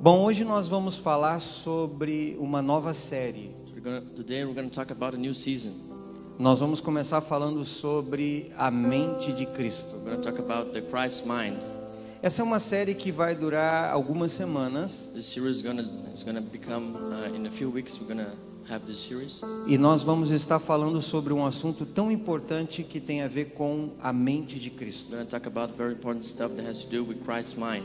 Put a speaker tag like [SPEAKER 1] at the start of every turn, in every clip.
[SPEAKER 1] Bom, hoje nós vamos falar sobre uma nova série.
[SPEAKER 2] We're gonna, today we're going to talk about a new season.
[SPEAKER 1] Nós vamos começar falando sobre a mente de Cristo.
[SPEAKER 2] We're going to talk about the Christ mind.
[SPEAKER 1] Essa é uma série que vai durar algumas semanas
[SPEAKER 2] This series is going to is going to become uh, in a few weeks. We're going to have this series,
[SPEAKER 1] e nós vamos estar falando sobre um assunto tão importante que tem a ver com a mente de Cristo.
[SPEAKER 2] we're going to talk about very important stuff that has to do with Christ's mind.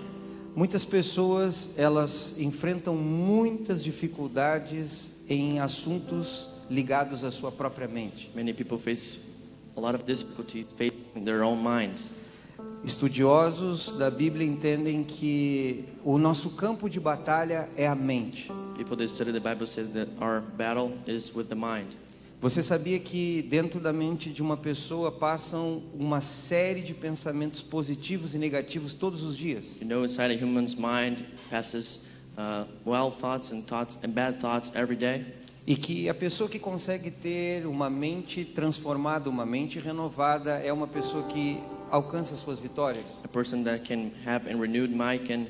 [SPEAKER 1] Muitas pessoas, elas enfrentam muitas dificuldades em assuntos ligados à sua própria mente.
[SPEAKER 2] Many people face a lot of difficulty facing their own minds.
[SPEAKER 1] Estudiosos da Bíblia entendem que o nosso campo de batalha é a mente.
[SPEAKER 2] People that study the Bible say that our battle is with the mind.
[SPEAKER 1] Você sabia que dentro da mente de uma pessoa passam uma série de pensamentos positivos e negativos todos os dias?
[SPEAKER 2] You know, inside a human's mind passes uh, well thoughts and thoughts and bad thoughts every day.
[SPEAKER 1] E que a pessoa que consegue ter uma mente transformada, uma mente renovada, é uma pessoa que alcança suas vitórias?
[SPEAKER 2] A person that can have a renewed mind can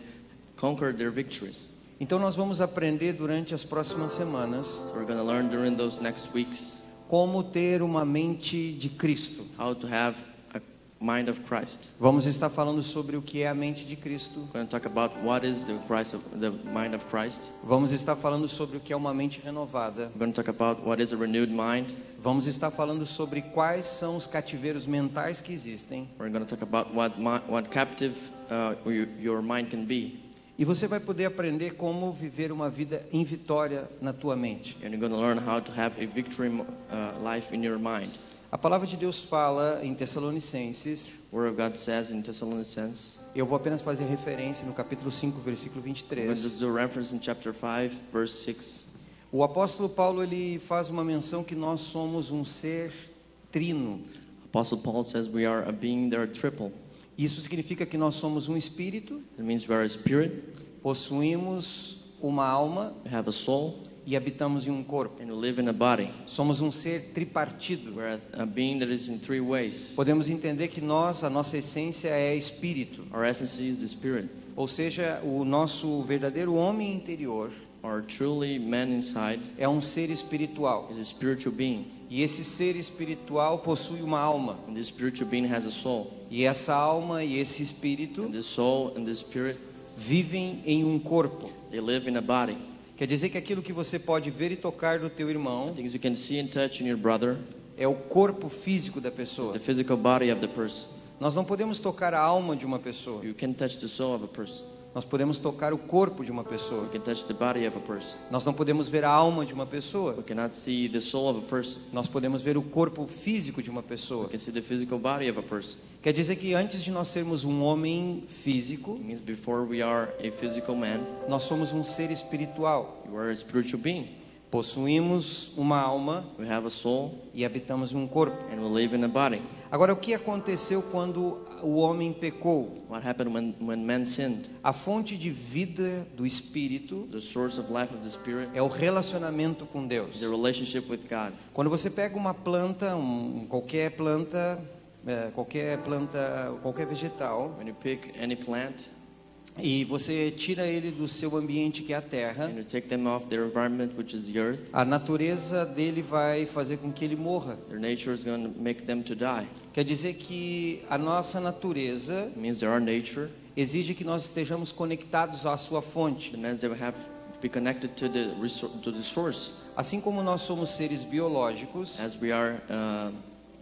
[SPEAKER 2] conquer their victories.
[SPEAKER 1] Então nós vamos aprender durante as próximas semanas
[SPEAKER 2] So we're going to learn during those next weeks
[SPEAKER 1] como ter uma mente de Cristo.
[SPEAKER 2] how to have a mind of Christ.
[SPEAKER 1] Vamos estar falando sobre o que é a mente de Cristo.
[SPEAKER 2] We're going to talk about what is the Christ of the mind of Christ.
[SPEAKER 1] Vamos estar falando sobre o que é uma mente renovada.
[SPEAKER 2] We're going to talk about what is a renewed mind.
[SPEAKER 1] Vamos estar falando sobre quais são os cativeiros mentais que existem.
[SPEAKER 2] We're going to talk about what mi- what captive uh, your, your mind can be,
[SPEAKER 1] E você vai poder aprender como viver uma vida em vitória na tua mente.
[SPEAKER 2] and you're going to learn how to have a victory uh, life in your mind.
[SPEAKER 1] A palavra de Deus fala em Tessalonicenses,
[SPEAKER 2] Word of God says in Thessalonians,
[SPEAKER 1] eu vou apenas fazer referência no capítulo 5, versículo
[SPEAKER 2] we're going to
[SPEAKER 1] 23.
[SPEAKER 2] do reference in chapter five, verse six.
[SPEAKER 1] O apóstolo Paulo ele faz uma menção que nós somos um ser trino.
[SPEAKER 2] Apostle Paul says we are a being that are triple.
[SPEAKER 1] Isso significa que nós somos um espírito,
[SPEAKER 2] It means we are a spirit,
[SPEAKER 1] possuímos uma alma
[SPEAKER 2] we have a soul,
[SPEAKER 1] e habitamos em um corpo.
[SPEAKER 2] and we live in a body.
[SPEAKER 1] Somos um ser tripartido.
[SPEAKER 2] We're a, a being that is in three ways.
[SPEAKER 1] Podemos entender que nós, a nossa essência é espírito,
[SPEAKER 2] Our essence is the spirit.
[SPEAKER 1] ou seja, o nosso verdadeiro homem interior
[SPEAKER 2] Our truly man inside
[SPEAKER 1] é um ser espiritual.
[SPEAKER 2] is a spiritual being,
[SPEAKER 1] E esse ser espiritual possui uma alma,
[SPEAKER 2] and this spiritual being has a soul.
[SPEAKER 1] e essa alma e esse espírito
[SPEAKER 2] And the soul and the spirit,
[SPEAKER 1] vivem em um corpo.
[SPEAKER 2] they live in a body.
[SPEAKER 1] Quer dizer que aquilo que você pode ver e tocar do teu irmão
[SPEAKER 2] Things you can see and touch in your brother,
[SPEAKER 1] é o corpo físico da pessoa.
[SPEAKER 2] the physical body of the person.
[SPEAKER 1] Nós não podemos tocar a alma de uma pessoa,
[SPEAKER 2] You can touch the soul of a person.
[SPEAKER 1] nós podemos tocar o corpo de uma
[SPEAKER 2] You
[SPEAKER 1] pessoa.
[SPEAKER 2] can touch the body of a person.
[SPEAKER 1] Nós não podemos ver a alma de uma
[SPEAKER 2] We
[SPEAKER 1] pessoa,
[SPEAKER 2] cannot see the soul of a person.
[SPEAKER 1] nós podemos ver o corpo físico de uma
[SPEAKER 2] We
[SPEAKER 1] pessoa.
[SPEAKER 2] can see the physical body of a person.
[SPEAKER 1] Quer dizer que antes de nós sermos um homem físico,
[SPEAKER 2] It means before we are a physical man,
[SPEAKER 1] nós somos um ser espiritual.
[SPEAKER 2] you are a spiritual being.
[SPEAKER 1] Possuímos uma alma
[SPEAKER 2] We have a soul
[SPEAKER 1] e habitamos um corpo.
[SPEAKER 2] and we live in a body.
[SPEAKER 1] Agora, o que aconteceu quando o homem pecou?
[SPEAKER 2] What happened when, when man sinned?
[SPEAKER 1] A fonte de vida do espírito
[SPEAKER 2] The source of life of the spirit
[SPEAKER 1] é o relacionamento com Deus.
[SPEAKER 2] is the relationship with God.
[SPEAKER 1] Quando você pega uma planta, um, qualquer planta, é, qualquer planta, qualquer vegetal,
[SPEAKER 2] When you pick any plant
[SPEAKER 1] e você tira ele do seu ambiente que é a terra,
[SPEAKER 2] and you take them off their environment, which is the earth,
[SPEAKER 1] a natureza dele vai fazer com que ele morra.
[SPEAKER 2] their nature is going to make them to die.
[SPEAKER 1] Quer dizer que a nossa natureza
[SPEAKER 2] It means our nature
[SPEAKER 1] exige que nós estejamos conectados à sua fonte.
[SPEAKER 2] demands that we have to be connected to the resor- to the source,
[SPEAKER 1] Assim como nós somos seres biológicos,
[SPEAKER 2] as we are uh,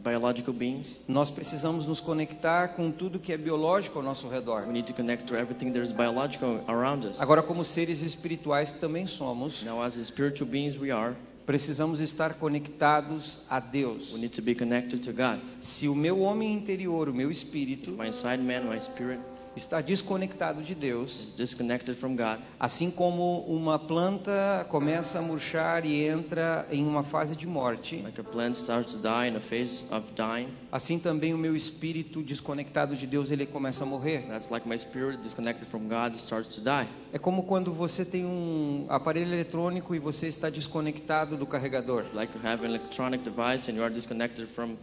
[SPEAKER 2] biological beings.
[SPEAKER 1] nós precisamos nos conectar com tudo que é biológico ao nosso
[SPEAKER 2] We
[SPEAKER 1] redor.
[SPEAKER 2] need to connect to everything that is biological around us.
[SPEAKER 1] Agora, como seres espirituais que também somos,
[SPEAKER 2] Now, as spiritual beings, we are.
[SPEAKER 1] precisamos estar conectados a
[SPEAKER 2] We
[SPEAKER 1] Deus.
[SPEAKER 2] need to be connected to God.
[SPEAKER 1] Se o meu homem interior, o meu
[SPEAKER 2] If
[SPEAKER 1] espírito,
[SPEAKER 2] my inside man, my spirit,
[SPEAKER 1] está desconectado de Deus,
[SPEAKER 2] is disconnected from God,
[SPEAKER 1] assim como uma planta começa a murchar e entra em uma fase de morte,
[SPEAKER 2] like a plant starts to die in a phase of dying,
[SPEAKER 1] Assim também o meu espírito desconectado de Deus, ele começa a morrer.
[SPEAKER 2] that's like my spirit disconnected from God starts to die.
[SPEAKER 1] É como quando você tem um aparelho eletrônico e você está desconectado do carregador.
[SPEAKER 2] It's like you have an electronic device and you are disconnected from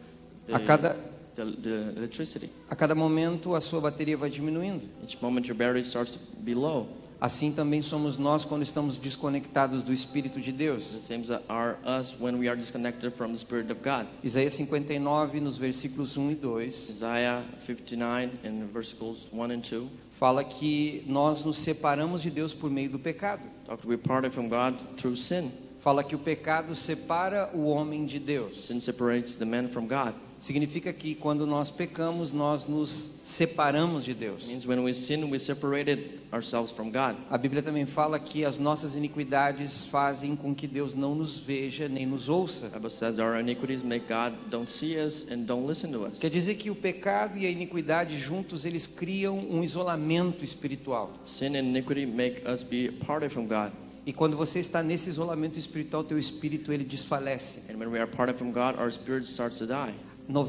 [SPEAKER 2] the,
[SPEAKER 1] A cada
[SPEAKER 2] the, the electricity.
[SPEAKER 1] a cada momento a sua bateria vai diminuindo.
[SPEAKER 2] Each moment your battery starts to be low.
[SPEAKER 1] Assim também somos nós quando estamos desconectados do Espírito de Deus.
[SPEAKER 2] The same are us when we are disconnected from the Spirit of God.
[SPEAKER 1] Isaías 59, nos versículos 1 e 2,
[SPEAKER 2] Isaiah 59 and versicles 1 and 2
[SPEAKER 1] fala que nós nos separamos de Deus por meio do pecado.
[SPEAKER 2] talk to be parted from God through sin.
[SPEAKER 1] Fala que o pecado separa o homem de Deus.
[SPEAKER 2] Sin separates the man from God.
[SPEAKER 1] Significa que quando nós pecamos, nós nos separamos de
[SPEAKER 2] It
[SPEAKER 1] Deus.
[SPEAKER 2] means when we sin, we separated ourselves from God.
[SPEAKER 1] A Bíblia também fala que as nossas iniquidades fazem com que Deus não nos veja nem nos ouça.
[SPEAKER 2] Bible says our iniquities make God don't see us and don't listen to us.
[SPEAKER 1] Quer dizer que o pecado e a iniquidade juntos eles criam um isolamento espiritual.
[SPEAKER 2] Sin and iniquity make us be parted from God.
[SPEAKER 1] E quando você está nesse isolamento espiritual, teu espírito ele desfalece.
[SPEAKER 2] And when we are parted from God, our spirit starts to die.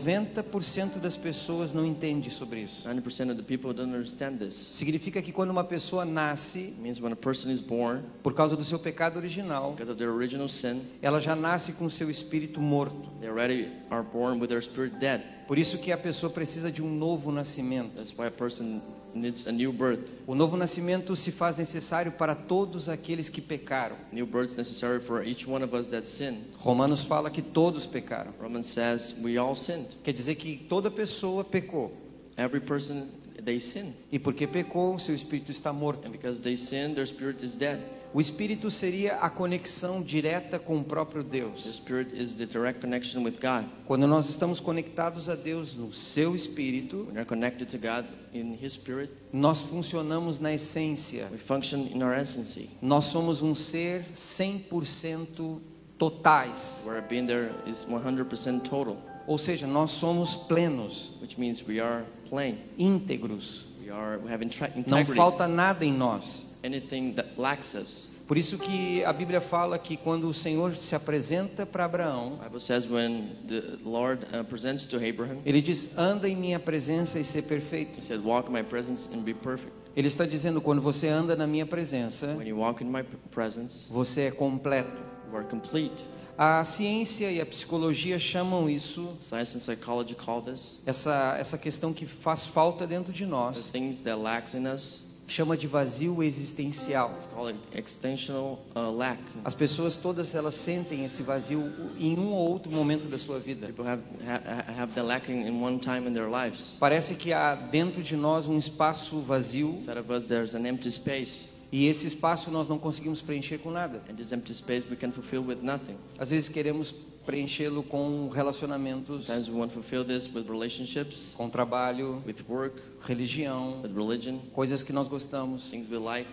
[SPEAKER 1] 90% das pessoas não entende sobre isso.
[SPEAKER 2] 90% of the people don't understand this.
[SPEAKER 1] Significa que quando uma pessoa nasce
[SPEAKER 2] It means when a person is born,
[SPEAKER 1] por causa do seu pecado original,
[SPEAKER 2] because of their original sin,
[SPEAKER 1] ela já nasce com seu espírito morto.
[SPEAKER 2] they already are born with their spirit dead.
[SPEAKER 1] Por isso que a pessoa precisa de um novo nascimento.
[SPEAKER 2] That's why a person needs a new birth.
[SPEAKER 1] O novo nascimento se faz necessário para todos aqueles que pecaram.
[SPEAKER 2] New birth is necessary for each one of us that sin.
[SPEAKER 1] Romanos fala que todos pecaram.
[SPEAKER 2] Romans says we all sinned.
[SPEAKER 1] Quer dizer que toda pessoa pecou.
[SPEAKER 2] Every person they sin,
[SPEAKER 1] E porque pecou, seu espírito está morto.
[SPEAKER 2] and because they sin, their spirit is dead.
[SPEAKER 1] O espírito seria a conexão direta com o próprio
[SPEAKER 2] The
[SPEAKER 1] Deus.
[SPEAKER 2] spirit is the direct connection with God.
[SPEAKER 1] Quando nós estamos conectados a Deus no seu espírito,
[SPEAKER 2] When we are connected to God in His Spirit,
[SPEAKER 1] nós funcionamos na essência.
[SPEAKER 2] we function in our essence.
[SPEAKER 1] Nós somos um ser 100% totais.
[SPEAKER 2] Where being there is 100% total,
[SPEAKER 1] Ou seja, nós somos plenos,
[SPEAKER 2] which means we are plain.
[SPEAKER 1] íntegros.
[SPEAKER 2] We are we have intre-
[SPEAKER 1] Não
[SPEAKER 2] integrity.
[SPEAKER 1] falta nada em nós.
[SPEAKER 2] Anything that lacks us.
[SPEAKER 1] Por isso que a Bíblia fala que quando o Senhor se apresenta para Abraão,
[SPEAKER 2] Bible says when the Lord uh, presents to Abraham,
[SPEAKER 1] ele diz: "Anda em minha presença e ser perfeito".
[SPEAKER 2] He said, "Walk in My presence and be perfect."
[SPEAKER 1] Ele está dizendo: quando você anda na minha presença,
[SPEAKER 2] When you walk in my presence,
[SPEAKER 1] você é completo.
[SPEAKER 2] you are complete.
[SPEAKER 1] A ciência e a psicologia chamam isso
[SPEAKER 2] Science and psychology call this
[SPEAKER 1] essa essa questão que faz falta dentro de
[SPEAKER 2] the
[SPEAKER 1] nós,
[SPEAKER 2] things that lacks in us.
[SPEAKER 1] chama de vazio existencial.
[SPEAKER 2] It's called extensional uh, lack.
[SPEAKER 1] As pessoas todas elas sentem esse vazio em um ou outro momento da sua vida.
[SPEAKER 2] People have ha, ha- have the lacking in one time in their lives.
[SPEAKER 1] Parece que há dentro de nós um espaço vazio
[SPEAKER 2] Inside of us, there's an empty space,
[SPEAKER 1] E esse espaço nós não conseguimos preencher com nada.
[SPEAKER 2] and this empty space we can fulfill with nothing.
[SPEAKER 1] Às vezes queremos preenchê-lo com relacionamentos,
[SPEAKER 2] Sometimes we want to fulfill this with relationships,
[SPEAKER 1] com trabalho,
[SPEAKER 2] with work,
[SPEAKER 1] religião,
[SPEAKER 2] with religion,
[SPEAKER 1] coisas que nós gostamos.
[SPEAKER 2] things we like.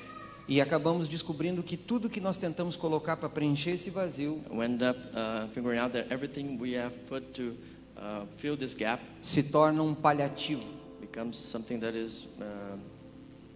[SPEAKER 1] E acabamos descobrindo que tudo que nós tentamos colocar para preencher esse vazio
[SPEAKER 2] We end up uh, figuring out that everything we have put to uh, fill this gap
[SPEAKER 1] se torna um paliativo,
[SPEAKER 2] becomes something that is. um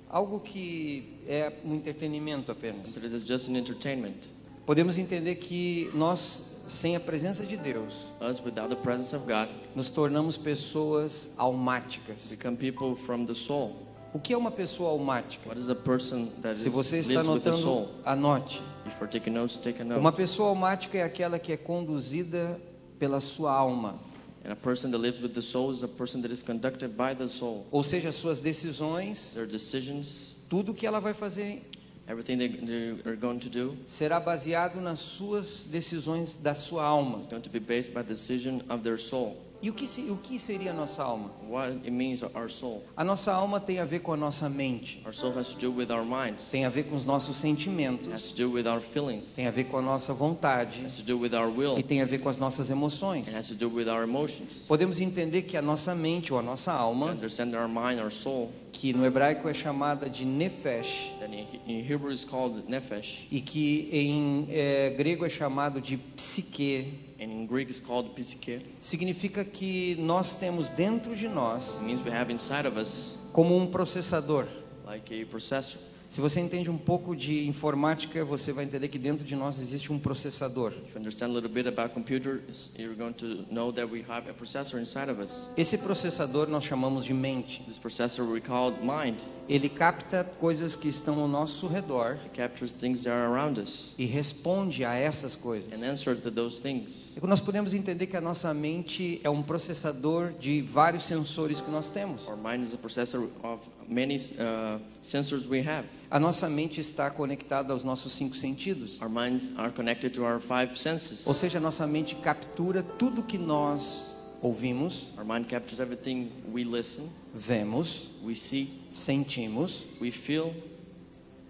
[SPEAKER 1] algo que é um entretenimento apenas.
[SPEAKER 2] So it is just an entertainment.
[SPEAKER 1] Podemos entender que nós, sem a presença de Deus,
[SPEAKER 2] Us without the presence of God
[SPEAKER 1] nos tornamos pessoas almáticas.
[SPEAKER 2] become people from the soul.
[SPEAKER 1] O que é uma pessoa almática?
[SPEAKER 2] What is a person that is
[SPEAKER 1] Se você está
[SPEAKER 2] lives with the
[SPEAKER 1] anotando,
[SPEAKER 2] soul?
[SPEAKER 1] anote.
[SPEAKER 2] If you're taking notes, take a note.
[SPEAKER 1] Uma pessoa almática é aquela que é conduzida pela sua alma,
[SPEAKER 2] And a person that lives with the soul is a person that is conducted by the soul.
[SPEAKER 1] ou seja, suas decisões,
[SPEAKER 2] Their decisions,
[SPEAKER 1] tudo que ela vai fazer
[SPEAKER 2] everything they, they are going to do,
[SPEAKER 1] será baseado nas suas decisões da sua alma.
[SPEAKER 2] is going to be based by decision of their soul.
[SPEAKER 1] E o que, se- o que seria a nossa alma?
[SPEAKER 2] What it means our soul.
[SPEAKER 1] A nossa alma tem a ver com a nossa mente,
[SPEAKER 2] Our soul has to do with our minds.
[SPEAKER 1] tem a ver com os nossos
[SPEAKER 2] It
[SPEAKER 1] sentimentos,
[SPEAKER 2] has to do with our feelings.
[SPEAKER 1] tem
[SPEAKER 2] It
[SPEAKER 1] a ver com a nossa vontade
[SPEAKER 2] has to do with our
[SPEAKER 1] e
[SPEAKER 2] will. It
[SPEAKER 1] tem a ver com as nossas emoções.
[SPEAKER 2] has to do with our emotions.
[SPEAKER 1] Podemos entender que a nossa mente ou a nossa
[SPEAKER 2] We
[SPEAKER 1] alma,
[SPEAKER 2] understand our mind, our soul,
[SPEAKER 1] que no hebraico é chamada de nefesh,
[SPEAKER 2] that in, in Hebrew is called nefesh,
[SPEAKER 1] e que em eh, grego é chamado de psique,
[SPEAKER 2] and in Greek is called psyche. It
[SPEAKER 1] significa que nós temos dentro de nós
[SPEAKER 2] means we have inside of us
[SPEAKER 1] como um processador.
[SPEAKER 2] like a processor.
[SPEAKER 1] Se você entende um pouco de informática, você vai entender que dentro de nós existe um processador.
[SPEAKER 2] If you understand a little bit about computers, you're going to know that we have a processor inside of us.
[SPEAKER 1] Esse processador nós chamamos de mente.
[SPEAKER 2] This processor we call mind.
[SPEAKER 1] Ele capta coisas que estão ao nosso redor
[SPEAKER 2] It captures things that are around us
[SPEAKER 1] e responde a essas coisas.
[SPEAKER 2] and answer to those things.
[SPEAKER 1] É que nós podemos entender que a nossa mente é um processador de vários sensores que nós temos.
[SPEAKER 2] Our mind is a processor of many uh, sensors we have.
[SPEAKER 1] A nossa mente está conectada aos nossos cinco sentidos.
[SPEAKER 2] Our minds are connected to our five senses.
[SPEAKER 1] Ou seja, a nossa mente captura tudo que nós ouvimos,
[SPEAKER 2] Our mind captures everything we listen,
[SPEAKER 1] vemos,
[SPEAKER 2] we see,
[SPEAKER 1] sentimos,
[SPEAKER 2] we feel,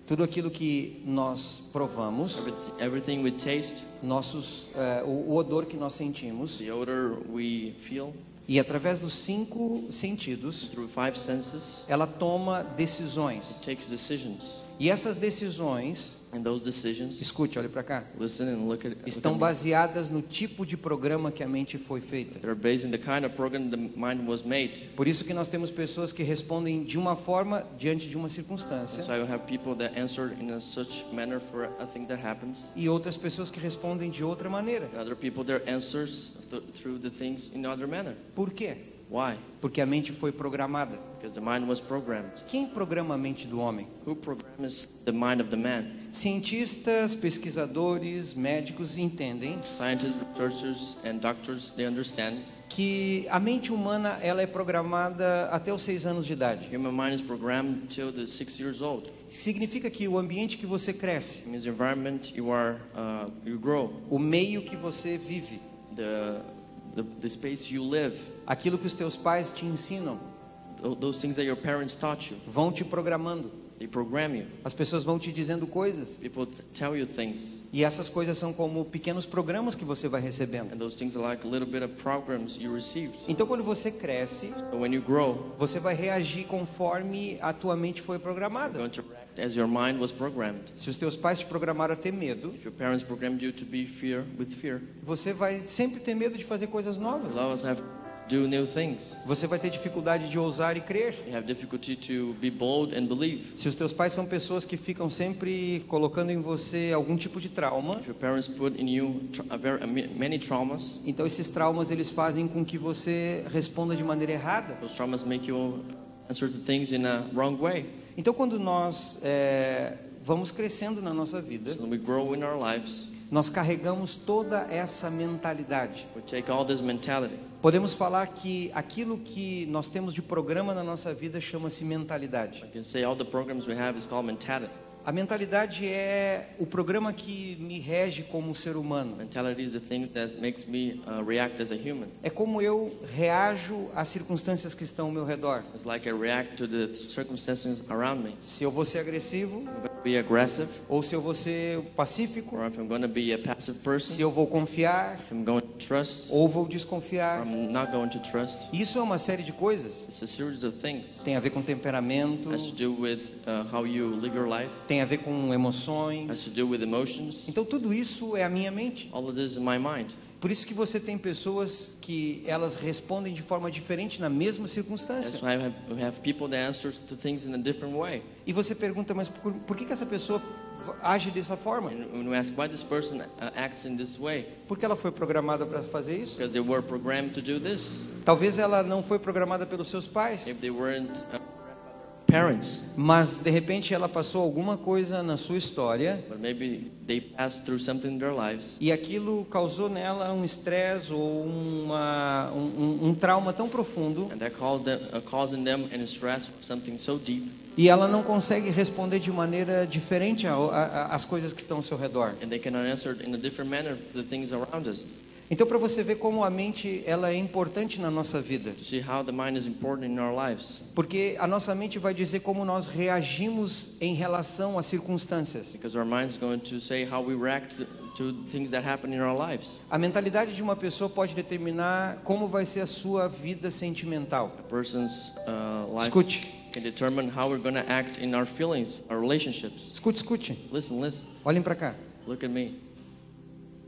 [SPEAKER 1] tudo aquilo que nós provamos,
[SPEAKER 2] everyth- everything we taste,
[SPEAKER 1] nossos, eh, o, o odor que nós sentimos.
[SPEAKER 2] the odor we feel
[SPEAKER 1] E através dos cinco sentidos,
[SPEAKER 2] through five senses,
[SPEAKER 1] ela toma decisões.
[SPEAKER 2] takes decisions.
[SPEAKER 1] E essas decisões,
[SPEAKER 2] And those decisions,
[SPEAKER 1] escute, olhe para cá,
[SPEAKER 2] listen and look at, look
[SPEAKER 1] estão
[SPEAKER 2] at
[SPEAKER 1] baseadas no tipo de programa que a mente foi feita.
[SPEAKER 2] they're based on the kind of program the mind was made.
[SPEAKER 1] Por isso que nós temos pessoas que respondem de uma forma diante de uma circunstância
[SPEAKER 2] So I will have people that answer in a such manner for a thing that happens,
[SPEAKER 1] e outras pessoas que respondem de outra maneira.
[SPEAKER 2] and other people their answers th- through the things in other manner.
[SPEAKER 1] Por quê?
[SPEAKER 2] Why?
[SPEAKER 1] Porque a mente foi programada.
[SPEAKER 2] Because the mind was programmed.
[SPEAKER 1] Quem programa a mente do homem?
[SPEAKER 2] Who programs the mind of the man?
[SPEAKER 1] Cientistas, pesquisadores, médicos entendem
[SPEAKER 2] Scientists, researchers, and doctors they understand
[SPEAKER 1] que a mente humana ela é programada até os seis anos de idade.
[SPEAKER 2] human mind is programmed till the six years old.
[SPEAKER 1] Significa que o ambiente que você cresce,
[SPEAKER 2] It means the environment you are, uh, you grow,
[SPEAKER 1] o meio que você vive,
[SPEAKER 2] the, the the space you live,
[SPEAKER 1] aquilo que os teus pais te ensinam,
[SPEAKER 2] tho- those things that your parents taught you,
[SPEAKER 1] vão te programando.
[SPEAKER 2] they program you.
[SPEAKER 1] As pessoas vão te dizendo coisas
[SPEAKER 2] People t- tell you things,
[SPEAKER 1] e essas coisas são como pequenos programas que você vai recebendo.
[SPEAKER 2] and those things are like a little bit of programs you received.
[SPEAKER 1] Então, quando você cresce,
[SPEAKER 2] But when you grow,
[SPEAKER 1] você vai reagir conforme a tua mente foi
[SPEAKER 2] you're
[SPEAKER 1] programada.
[SPEAKER 2] going to react as your mind was programmed.
[SPEAKER 1] Se os teus pais te programaram a ter medo,
[SPEAKER 2] If your parents programmed you to be fear with fear,
[SPEAKER 1] você vai sempre ter medo de fazer coisas
[SPEAKER 2] a
[SPEAKER 1] novas.
[SPEAKER 2] lot of us have do new things.
[SPEAKER 1] Você vai ter dificuldade de ousar e crer.
[SPEAKER 2] You have difficulty to be bold and believe.
[SPEAKER 1] Se os teus pais são pessoas que ficam sempre colocando em você algum tipo de trauma,
[SPEAKER 2] If your parents put in you tr- a very, a mi- many traumas,
[SPEAKER 1] então esses traumas eles fazem com que você responda de maneira errada.
[SPEAKER 2] those traumas make you answer to things in a wrong way.
[SPEAKER 1] Então quando nós é, vamos crescendo na nossa vida,
[SPEAKER 2] So when we grow in our lives,
[SPEAKER 1] nós carregamos toda essa mentalidade.
[SPEAKER 2] we take all this mentality.
[SPEAKER 1] Podemos falar que aquilo que nós temos de programa na nossa vida chama-se mentalidade.
[SPEAKER 2] I can say all the programs we have is called mentality.
[SPEAKER 1] A mentalidade é o programa que me rege como ser humano.
[SPEAKER 2] Mentality is the thing that makes me uh, react as a human.
[SPEAKER 1] É como eu reajo às circunstâncias que estão ao meu redor.
[SPEAKER 2] It's like I react to the circumstances around me.
[SPEAKER 1] Se eu vou ser agressivo
[SPEAKER 2] If I'm gonna be aggressive,
[SPEAKER 1] ou se eu vou ser pacífico,
[SPEAKER 2] or if I'm going to be a passive
[SPEAKER 1] se
[SPEAKER 2] person,
[SPEAKER 1] eu vou confiar
[SPEAKER 2] if I'm going to trust, or
[SPEAKER 1] ou vou desconfiar.
[SPEAKER 2] I'm not going to trust.
[SPEAKER 1] Isso é uma série de coisas.
[SPEAKER 2] It's a series of things.
[SPEAKER 1] Tem a ver com temperamento,
[SPEAKER 2] It has to do with uh, how you live your life.
[SPEAKER 1] tem a ver com
[SPEAKER 2] It has
[SPEAKER 1] emoções.
[SPEAKER 2] to do with emotions.
[SPEAKER 1] Então tudo isso é a minha mente.
[SPEAKER 2] All of this in my mind.
[SPEAKER 1] Por isso que você tem pessoas que elas respondem de forma diferente na mesma
[SPEAKER 2] That's
[SPEAKER 1] circunstância.
[SPEAKER 2] why I have, we have people that answer to things in a different way.
[SPEAKER 1] E você pergunta, mas por, por que, que essa pessoa age dessa forma?
[SPEAKER 2] And when we ask why this person uh, acts in this way,
[SPEAKER 1] Porque ela foi programada para fazer isso?
[SPEAKER 2] because they were programmed to do this.
[SPEAKER 1] Talvez ela não foi programada pelos seus pais,
[SPEAKER 2] If they weren't uh, parents,
[SPEAKER 1] mas de repente ela passou alguma coisa na sua história
[SPEAKER 2] but maybe they passed through something in their lives.
[SPEAKER 1] e aquilo causou nela um estresse ou uma, um, um- um trauma tão profundo
[SPEAKER 2] And that caused them, uh, causing them an stress of something so deep,
[SPEAKER 1] e ela não consegue responder de maneira diferente ao- a- a- às coisas que estão ao seu redor.
[SPEAKER 2] and they cannot answer it in a different manner to the things around us.
[SPEAKER 1] Então, para você ver como a mente ela é importante na nossa vida,
[SPEAKER 2] To see how the mind is important in our lives,
[SPEAKER 1] porque a nossa mente vai dizer como nós reagimos em relação às circunstâncias.
[SPEAKER 2] because our mind is going to say how we react to, to things that happen in our lives.
[SPEAKER 1] A mentalidade de uma pessoa pode determinar como vai ser a sua vida sentimental.
[SPEAKER 2] A person's uh, life
[SPEAKER 1] Escute,
[SPEAKER 2] can determine how we're going to act in our feelings, our relationships.
[SPEAKER 1] escute, escute.
[SPEAKER 2] Listen, listen,
[SPEAKER 1] Olhem para cá.
[SPEAKER 2] look at me.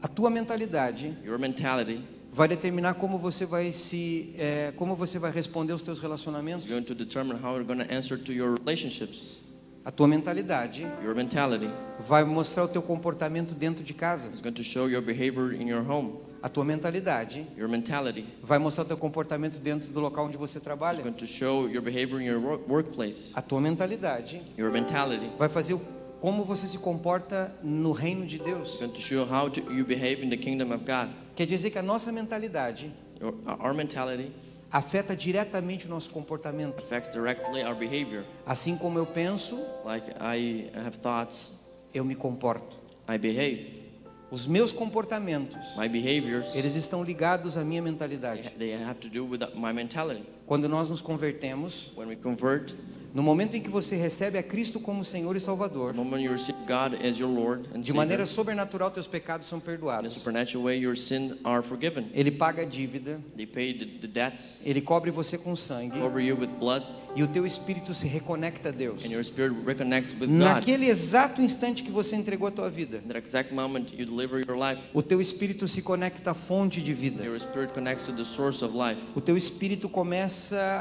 [SPEAKER 1] A tua mentalidade
[SPEAKER 2] Your mentality
[SPEAKER 1] vai determinar como você vai se, eh, como você vai responder aos teus
[SPEAKER 2] is
[SPEAKER 1] relacionamentos.
[SPEAKER 2] going to determine how you're going to answer to your relationships.
[SPEAKER 1] A tua mentalidade
[SPEAKER 2] Your mentality
[SPEAKER 1] vai mostrar o teu comportamento dentro de casa.
[SPEAKER 2] is going to show your behavior in your home.
[SPEAKER 1] A tua mentalidade
[SPEAKER 2] Your mentality
[SPEAKER 1] vai mostrar o teu comportamento dentro do local onde você
[SPEAKER 2] is
[SPEAKER 1] trabalha.
[SPEAKER 2] going to show your behavior in your wor- workplace.
[SPEAKER 1] A tua mentalidade
[SPEAKER 2] Your mentality
[SPEAKER 1] vai fazer o- como você se comporta no reino de Deus.
[SPEAKER 2] is going to show how to, you behave in the kingdom of God.
[SPEAKER 1] Quer dizer que a nossa mentalidade
[SPEAKER 2] Your, our mentality
[SPEAKER 1] afeta diretamente o nosso comportamento.
[SPEAKER 2] affects directly our behavior.
[SPEAKER 1] Assim como eu penso,
[SPEAKER 2] Like I have thoughts,
[SPEAKER 1] eu me comporto.
[SPEAKER 2] I behave.
[SPEAKER 1] Os meus comportamentos,
[SPEAKER 2] My behaviors
[SPEAKER 1] eles estão ligados à minha mentalidade.
[SPEAKER 2] they have to do with my mentality.
[SPEAKER 1] Quando nós nos convertemos,
[SPEAKER 2] When we convert,
[SPEAKER 1] no momento em que você recebe a Cristo como Senhor e
[SPEAKER 2] the
[SPEAKER 1] Salvador,
[SPEAKER 2] moment you receive God as your Lord and
[SPEAKER 1] de
[SPEAKER 2] Savior,
[SPEAKER 1] maneira sobrenatural teus pecados são
[SPEAKER 2] in a
[SPEAKER 1] perdoados.
[SPEAKER 2] supernatural way, your sins are forgiven.
[SPEAKER 1] Ele paga a dívida,
[SPEAKER 2] They pay the, the debts,
[SPEAKER 1] ele cobre você com sangue
[SPEAKER 2] cover you with blood,
[SPEAKER 1] e o teu espírito se reconecta a Deus.
[SPEAKER 2] and your spirit reconnects with God.
[SPEAKER 1] Naquele exato instante que você entregou a tua vida,
[SPEAKER 2] In that exact moment, you deliver your life.
[SPEAKER 1] o teu espírito se conecta à fonte de vida.
[SPEAKER 2] Your spirit connects to the source of life.
[SPEAKER 1] O teu espírito começa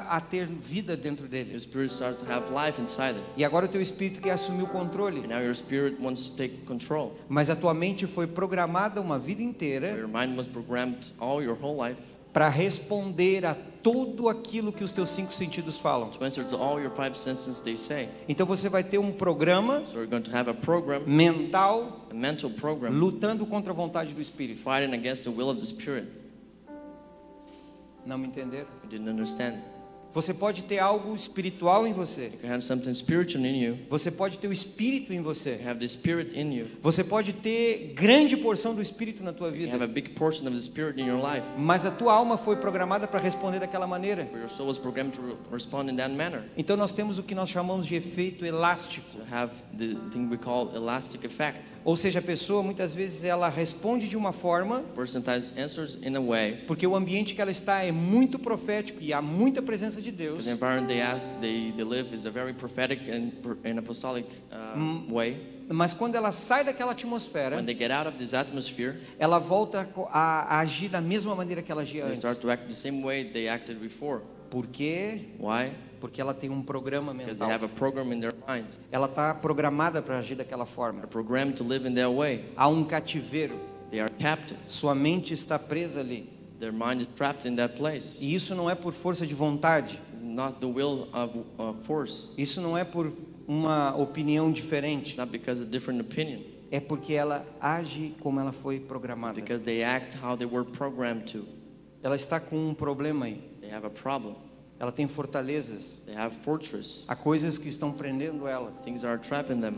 [SPEAKER 1] a ter vida dentro dele.
[SPEAKER 2] Your spirit starts to have life inside it.
[SPEAKER 1] E agora o teu espírito quer assumir o
[SPEAKER 2] And
[SPEAKER 1] controle.
[SPEAKER 2] now your spirit wants to take control.
[SPEAKER 1] Mas a tua mente foi programada uma vida inteira
[SPEAKER 2] Your mind was programmed all your whole life
[SPEAKER 1] para responder a tudo aquilo que os teus cinco sentidos falam.
[SPEAKER 2] to answer to all your five senses they say.
[SPEAKER 1] Então você vai ter um programa
[SPEAKER 2] So you're going to have a program,
[SPEAKER 1] mental
[SPEAKER 2] a mental program,
[SPEAKER 1] lutando contra a vontade do espírito.
[SPEAKER 2] fighting against the will of the spirit.
[SPEAKER 1] Não me entenderam?
[SPEAKER 2] I didn't understand.
[SPEAKER 1] Você pode ter algo espiritual em você.
[SPEAKER 2] You can have something spiritual in you.
[SPEAKER 1] Você pode ter o espírito em
[SPEAKER 2] You
[SPEAKER 1] você.
[SPEAKER 2] have the spirit in you.
[SPEAKER 1] Você pode ter grande porção do espírito na tua
[SPEAKER 2] You have a
[SPEAKER 1] vida.
[SPEAKER 2] big portion of the spirit in your life.
[SPEAKER 1] Mas a tua alma foi programada para responder daquela maneira.
[SPEAKER 2] But your soul is programmed to re- respond in that manner.
[SPEAKER 1] Então nós temos o que nós chamamos de efeito elástico.
[SPEAKER 2] You have the thing we call elastic effect.
[SPEAKER 1] Ou seja, a pessoa muitas vezes ela responde de uma forma
[SPEAKER 2] Person types answers in a way.
[SPEAKER 1] porque o ambiente que ela está é muito profético e há muita presença de Deus.
[SPEAKER 2] The environment they ask, they, they live is a very prophetic and, pr- and apostolic um, way.
[SPEAKER 1] Mas quando ela sai daquela atmosfera,
[SPEAKER 2] When they get out of this atmosphere,
[SPEAKER 1] ela volta a co- a, a agir da mesma maneira que ela agia
[SPEAKER 2] they
[SPEAKER 1] antes.
[SPEAKER 2] start to act the same way they acted before.
[SPEAKER 1] Por quê?
[SPEAKER 2] Why?
[SPEAKER 1] Porque ela tem um programa
[SPEAKER 2] Because they have
[SPEAKER 1] mental.
[SPEAKER 2] a program in their minds.
[SPEAKER 1] Ela está programada para agir daquela
[SPEAKER 2] They're
[SPEAKER 1] forma.
[SPEAKER 2] programmed to live in that way.
[SPEAKER 1] Há um cativeiro.
[SPEAKER 2] They are captive.
[SPEAKER 1] Sua mente está presa ali.
[SPEAKER 2] Their mind is trapped in that place.
[SPEAKER 1] E isso não é por força de vontade.
[SPEAKER 2] Not the will of uh, force.
[SPEAKER 1] Isso não é por uma opinião
[SPEAKER 2] It's
[SPEAKER 1] diferente.
[SPEAKER 2] not because of different opinion.
[SPEAKER 1] É porque ela age como ela foi programada.
[SPEAKER 2] Because they act how they were programmed to.
[SPEAKER 1] Ela está com um problema aí.
[SPEAKER 2] They have a problem.
[SPEAKER 1] Ela tem fortalezas.
[SPEAKER 2] They have fortress.
[SPEAKER 1] Há coisas que estão prendendo ela
[SPEAKER 2] Things are trapping them,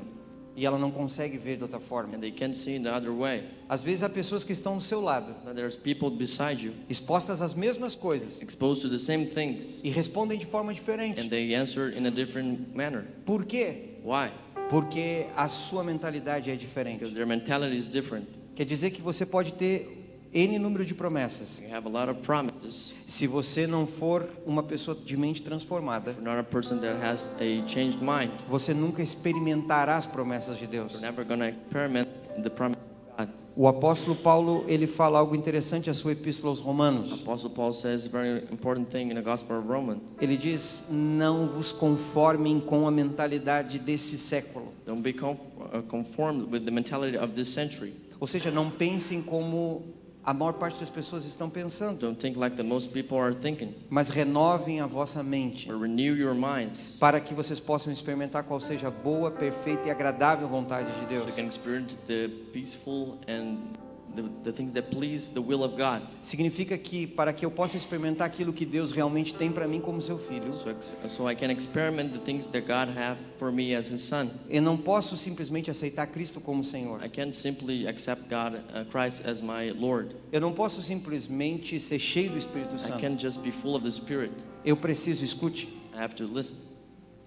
[SPEAKER 1] e ela não consegue ver de outra forma.
[SPEAKER 2] and they can't see in the other way.
[SPEAKER 1] Às vezes há pessoas que estão do seu lado,
[SPEAKER 2] Now there's people beside you,
[SPEAKER 1] expostas às mesmas coisas
[SPEAKER 2] exposed to the same things,
[SPEAKER 1] e respondem de forma
[SPEAKER 2] and
[SPEAKER 1] diferente.
[SPEAKER 2] they answer in a different manner.
[SPEAKER 1] Por quê?
[SPEAKER 2] Why?
[SPEAKER 1] Porque a sua mentalidade é
[SPEAKER 2] Because
[SPEAKER 1] diferente.
[SPEAKER 2] their mentality is different.
[SPEAKER 1] Quer dizer que você pode ter N número de promessas.
[SPEAKER 2] You have a lot of promises.
[SPEAKER 1] Se você não for uma pessoa de mente transformada,
[SPEAKER 2] You're not a person that has a changed mind.
[SPEAKER 1] você nunca experimentará as promessas de
[SPEAKER 2] You're
[SPEAKER 1] Deus.
[SPEAKER 2] never going to experiment the promise of God.
[SPEAKER 1] O apóstolo Paulo, ele fala algo interessante na sua epístola aos Romanos.
[SPEAKER 2] Apostle Paul says a very important thing in the Gospel of Romans.
[SPEAKER 1] Ele diz: "Não vos conformem com a mentalidade desse século".
[SPEAKER 2] Don't be con- uh, conformed with the mentality of this century.
[SPEAKER 1] Ou seja, não pensem como a maior parte das pessoas estão pensando,
[SPEAKER 2] Don't think like the most people are thinking.
[SPEAKER 1] mas renovem a vossa mente
[SPEAKER 2] But renew your minds
[SPEAKER 1] para que vocês possam experimentar qual seja a boa, perfeita e agradável vontade de
[SPEAKER 2] so
[SPEAKER 1] Deus.
[SPEAKER 2] you can experience the peaceful and the, the things that please the will of God.
[SPEAKER 1] Significa que para que eu possa experimentar aquilo que Deus realmente tem para mim como seu filho,
[SPEAKER 2] So, ex- so I can experiment the things that God have for me as His Son.
[SPEAKER 1] eu não posso simplesmente aceitar Cristo como Senhor.
[SPEAKER 2] I can't simply accept God, uh, Christ, as my Lord.
[SPEAKER 1] Eu não posso simplesmente ser cheio do Espírito
[SPEAKER 2] I
[SPEAKER 1] Santo.
[SPEAKER 2] can't just be full of the Spirit.
[SPEAKER 1] Eu preciso, escute,
[SPEAKER 2] I have to listen.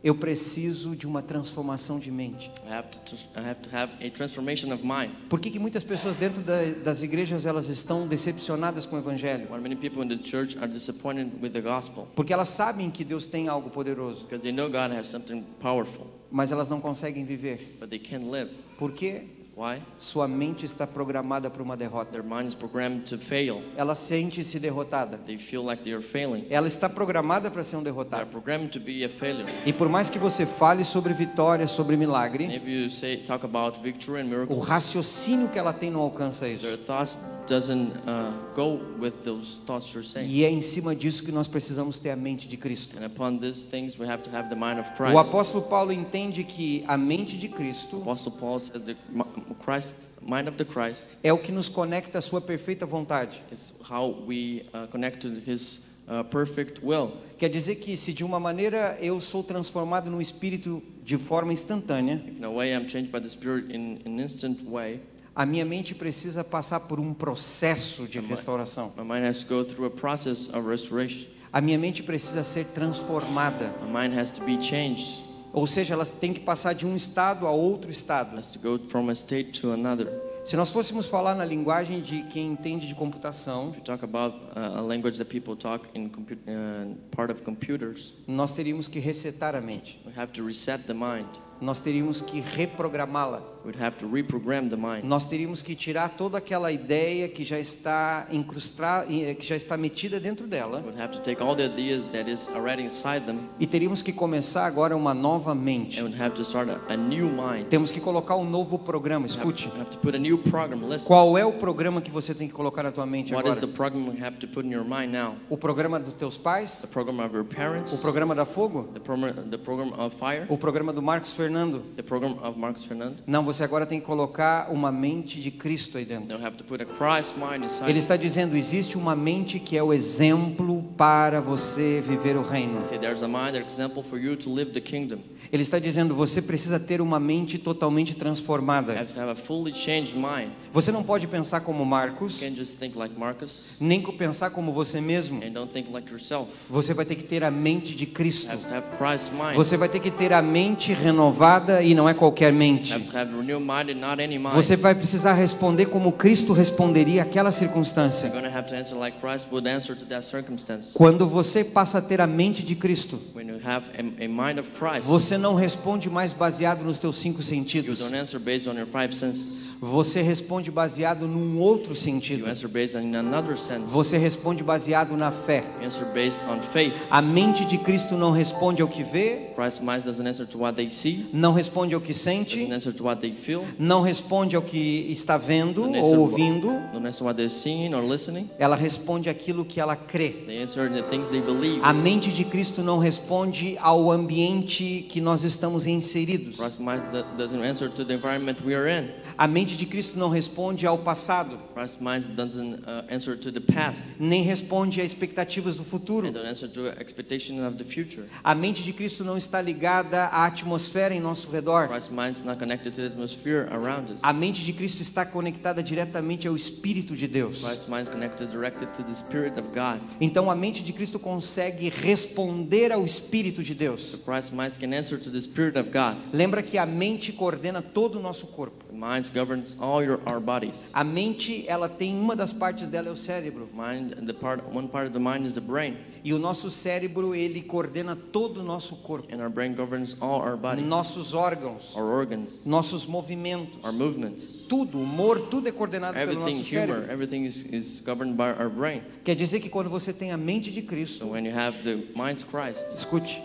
[SPEAKER 1] Eu preciso de uma transformação de mente.
[SPEAKER 2] I have to. I have to have a transformation of mind.
[SPEAKER 1] Por que, que muitas pessoas dentro da- das igrejas elas estão decepcionadas com o evangelho?
[SPEAKER 2] Why many people in the church are disappointed with the gospel
[SPEAKER 1] Porque elas sabem que Deus tem algo poderoso,
[SPEAKER 2] because they know God has something powerful,
[SPEAKER 1] mas elas não conseguem viver.
[SPEAKER 2] but they can't live.
[SPEAKER 1] Por quê?
[SPEAKER 2] Why?
[SPEAKER 1] Sua mente está programada para uma derrota.
[SPEAKER 2] Their mind is programmed to fail.
[SPEAKER 1] Ela sente-se derrotada.
[SPEAKER 2] They feel like they are failing.
[SPEAKER 1] Ela está programada para ser um
[SPEAKER 2] They are
[SPEAKER 1] derrotado.
[SPEAKER 2] programmed to be a failure.
[SPEAKER 1] E por mais que você fale sobre vitória, sobre
[SPEAKER 2] And
[SPEAKER 1] milagre,
[SPEAKER 2] if you say talk about victory and
[SPEAKER 1] o
[SPEAKER 2] miracles,
[SPEAKER 1] raciocínio que ela tem não alcança
[SPEAKER 2] their
[SPEAKER 1] isso.
[SPEAKER 2] thoughts doesn't uh, go with those thoughts you're saying.
[SPEAKER 1] E é em cima disso que nós precisamos ter a mente de Cristo.
[SPEAKER 2] And upon these things, we have to have the mind of Christ.
[SPEAKER 1] O apóstolo Paulo entende que a mente de Cristo
[SPEAKER 2] Apostle Paul says the m- Christ, mind of the Christ
[SPEAKER 1] é o que nos conecta à sua perfeita vontade.
[SPEAKER 2] is how we uh, connect to His uh, perfect will.
[SPEAKER 1] Quer dizer que se de uma maneira eu sou transformado no espírito de forma instantânea,
[SPEAKER 2] If in a way I'm changed by the Spirit in an instant way,
[SPEAKER 1] a minha mente precisa passar por um processo de restauração.
[SPEAKER 2] my mind has to go through a process of restoration.
[SPEAKER 1] A minha mente precisa ser transformada,
[SPEAKER 2] My mind has to be changed,
[SPEAKER 1] ou seja, ela tem que passar de um estado a outro estado.
[SPEAKER 2] has to go from a state to another.
[SPEAKER 1] Se nós fôssemos falar na linguagem de quem entende de computação,
[SPEAKER 2] If you talk about uh, a language that people talk in compu- uh, part of computers,
[SPEAKER 1] nós teríamos que resetar a mente.
[SPEAKER 2] we have to reset the mind.
[SPEAKER 1] Nós teríamos que reprogramá-la.
[SPEAKER 2] We'd have to reprogram the mind.
[SPEAKER 1] Nós teríamos que tirar toda aquela ideia que já está incrustada, que já está metida dentro dela,
[SPEAKER 2] We'd have to take all the ideas that is already inside them
[SPEAKER 1] e teríamos que começar agora uma nova mente.
[SPEAKER 2] and we'd have to start a, a new mind.
[SPEAKER 1] Temos que colocar um novo programa. Escute,
[SPEAKER 2] We have to put a new program. Listen,
[SPEAKER 1] qual é o programa que você tem que colocar na tua mente
[SPEAKER 2] what is the
[SPEAKER 1] agora?
[SPEAKER 2] program we have to put in your mind now?
[SPEAKER 1] O programa dos teus pais?
[SPEAKER 2] The program of your parents,
[SPEAKER 1] O programa da Fogo?
[SPEAKER 2] the, program, the program of fire,
[SPEAKER 1] O programa do Marcos Fernando?
[SPEAKER 2] the program of Marcos Fernando.
[SPEAKER 1] Não, você agora tem que colocar uma mente de Cristo aí dentro.
[SPEAKER 2] They'll have to put a Christ mind inside.
[SPEAKER 1] Ele está dizendo: existe uma mente que é o exemplo para você viver o reino.
[SPEAKER 2] Say, there's a mind, an example for you to live the kingdom.
[SPEAKER 1] Ele está dizendo: você precisa ter uma mente totalmente
[SPEAKER 2] You
[SPEAKER 1] transformada.
[SPEAKER 2] have to have a fully changed mind.
[SPEAKER 1] Você não pode pensar como Marcos,
[SPEAKER 2] You can't just think like Marcus
[SPEAKER 1] nem co- pensar como você mesmo.
[SPEAKER 2] and don't think like yourself.
[SPEAKER 1] Você vai ter que ter a mente de
[SPEAKER 2] You
[SPEAKER 1] Cristo.
[SPEAKER 2] have to have Christ's mind.
[SPEAKER 1] Você vai ter que ter a mente renovada e não é qualquer
[SPEAKER 2] You
[SPEAKER 1] mente.
[SPEAKER 2] have to have a renewed mind and not any mind.
[SPEAKER 1] Você vai precisar responder como Cristo responderia àquela
[SPEAKER 2] You're
[SPEAKER 1] circunstância.
[SPEAKER 2] going to have to answer like Christ would answer to that circumstance.
[SPEAKER 1] Quando você passa a ter a mente de Cristo,
[SPEAKER 2] When you have a, a mind of Christ,
[SPEAKER 1] você não responde mais baseado nos teus cinco
[SPEAKER 2] you
[SPEAKER 1] sentidos.
[SPEAKER 2] don't answer based on your five senses.
[SPEAKER 1] Você responde baseado num outro
[SPEAKER 2] You
[SPEAKER 1] sentido.
[SPEAKER 2] answer based on another sense.
[SPEAKER 1] Você responde baseado na fé.
[SPEAKER 2] You answer based on faith.
[SPEAKER 1] A mente de Cristo não responde ao que vê,
[SPEAKER 2] Christ's mind doesn't answer to what they see,
[SPEAKER 1] não responde ao que
[SPEAKER 2] doesn't
[SPEAKER 1] sente,
[SPEAKER 2] answer to what they feel,
[SPEAKER 1] não responde ao que está vendo
[SPEAKER 2] Doesn't
[SPEAKER 1] ou
[SPEAKER 2] answer
[SPEAKER 1] ouvindo.
[SPEAKER 2] what, don't answer what they're seeing or listening.
[SPEAKER 1] Ela responde aquilo que ela crê.
[SPEAKER 2] They answer the things they believe.
[SPEAKER 1] A mente de Cristo não responde ao ambiente que nós estamos inseridos.
[SPEAKER 2] Christ's mind do- doesn't answer to the environment we are in.
[SPEAKER 1] A mente de Cristo não responde ao passado,
[SPEAKER 2] Christ's mind doesn't uh, answer to the past.
[SPEAKER 1] nem responde a expectativas do
[SPEAKER 2] They
[SPEAKER 1] futuro.
[SPEAKER 2] don't answer to expectation of the future.
[SPEAKER 1] A mente de Cristo não está ligada à atmosfera em nosso redor.
[SPEAKER 2] Christ's mind's not connected to the atmosphere around us.
[SPEAKER 1] A mente de Cristo está conectada diretamente ao Espírito de Deus.
[SPEAKER 2] Christ's mind's connected directly to the Spirit of God.
[SPEAKER 1] Então a mente de Cristo consegue responder ao Espírito de Deus.
[SPEAKER 2] Christ's mind can answer to the Spirit of God.
[SPEAKER 1] Lembra que a mente coordena todo o nosso corpo.
[SPEAKER 2] The mind governs all your our bodies.
[SPEAKER 1] A mente, ela tem uma das partes dela é o cérebro,
[SPEAKER 2] Mind, the part, one part of the mind is the brain,
[SPEAKER 1] e o nosso cérebro ele coordena todo o nosso corpo,
[SPEAKER 2] and our brain governs all our body,
[SPEAKER 1] nossos órgãos,
[SPEAKER 2] our organs,
[SPEAKER 1] nossos movimentos,
[SPEAKER 2] our movements.
[SPEAKER 1] tudo, o humor, tudo é coordenado pelo
[SPEAKER 2] Everything,
[SPEAKER 1] nosso
[SPEAKER 2] humor,
[SPEAKER 1] cérebro.
[SPEAKER 2] everything is, is governed by our brain.
[SPEAKER 1] Quer dizer que quando você tem a mente de
[SPEAKER 2] So
[SPEAKER 1] Cristo,
[SPEAKER 2] when you have the mind's Christ,
[SPEAKER 1] escute,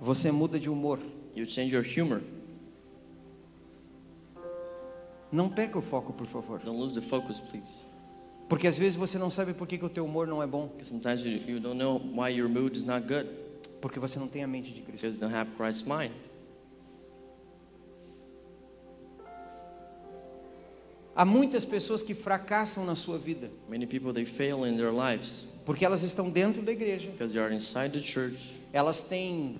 [SPEAKER 1] você muda de humor.
[SPEAKER 2] you change your humor.
[SPEAKER 1] Não perca o foco, por favor.
[SPEAKER 2] Don't lose the focus, please.
[SPEAKER 1] Porque às vezes você não sabe por que, que o teu humor não é bom,
[SPEAKER 2] Because sometimes you, you don't know why your mood is not good
[SPEAKER 1] porque você não tem a mente de Cristo.
[SPEAKER 2] because you don't have Christ's mind.
[SPEAKER 1] Há muitas pessoas que fracassam na sua vida,
[SPEAKER 2] Many people they fail in their lives
[SPEAKER 1] porque elas estão dentro da igreja,
[SPEAKER 2] because they are inside the church.
[SPEAKER 1] elas têm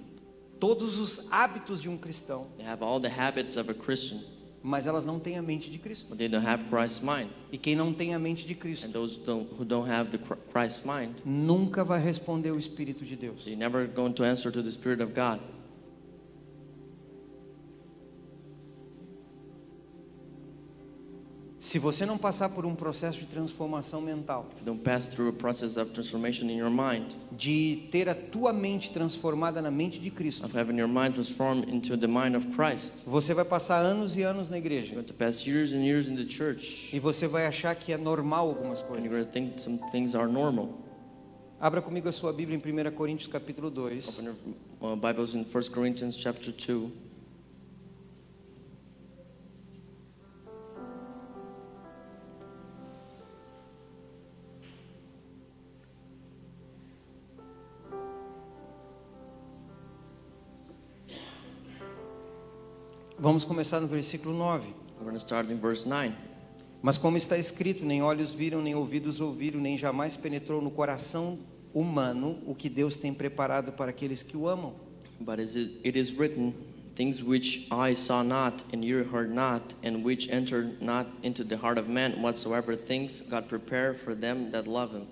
[SPEAKER 1] todos os hábitos de um cristão,
[SPEAKER 2] They have all the habits of a Christian,
[SPEAKER 1] mas elas não têm a mente de Cristo.
[SPEAKER 2] but they don't have Christ's mind.
[SPEAKER 1] E quem não tem a mente de
[SPEAKER 2] And
[SPEAKER 1] Cristo
[SPEAKER 2] those don't, who don't have the Chri- Christ's mind,
[SPEAKER 1] nunca vai responder o Espírito de Deus.
[SPEAKER 2] they're never going to answer to the Spirit of God.
[SPEAKER 1] Se você não passar por um processo de transformação mental,
[SPEAKER 2] If you don't pass through a process of transformation in your mind,
[SPEAKER 1] de ter a tua mente transformada na mente de Cristo,
[SPEAKER 2] of having your mind transformed into the mind of Christ,
[SPEAKER 1] você vai passar anos e anos na
[SPEAKER 2] you're
[SPEAKER 1] igreja
[SPEAKER 2] going to pass years and years in the church,
[SPEAKER 1] e você vai achar que é normal algumas
[SPEAKER 2] and
[SPEAKER 1] coisas.
[SPEAKER 2] you're going to think some things are normal.
[SPEAKER 1] Abra comigo a sua Bíblia em 1 Coríntios capítulo 2.
[SPEAKER 2] Open your uh, Bibles in 1 Corinthians chapter 2.
[SPEAKER 1] 2. Vamos começar no versículo 9.
[SPEAKER 2] We're going to start in verse 9.
[SPEAKER 1] Mas como está escrito, nem olhos viram, nem ouvidos ouviram, nem jamais penetrou no coração humano o que Deus tem preparado para aqueles que o amam.
[SPEAKER 2] But is it, it is written, things which eye saw not, and ear heard not, and which entered not into the heart of man, whatsoever things God prepared for them that love Him.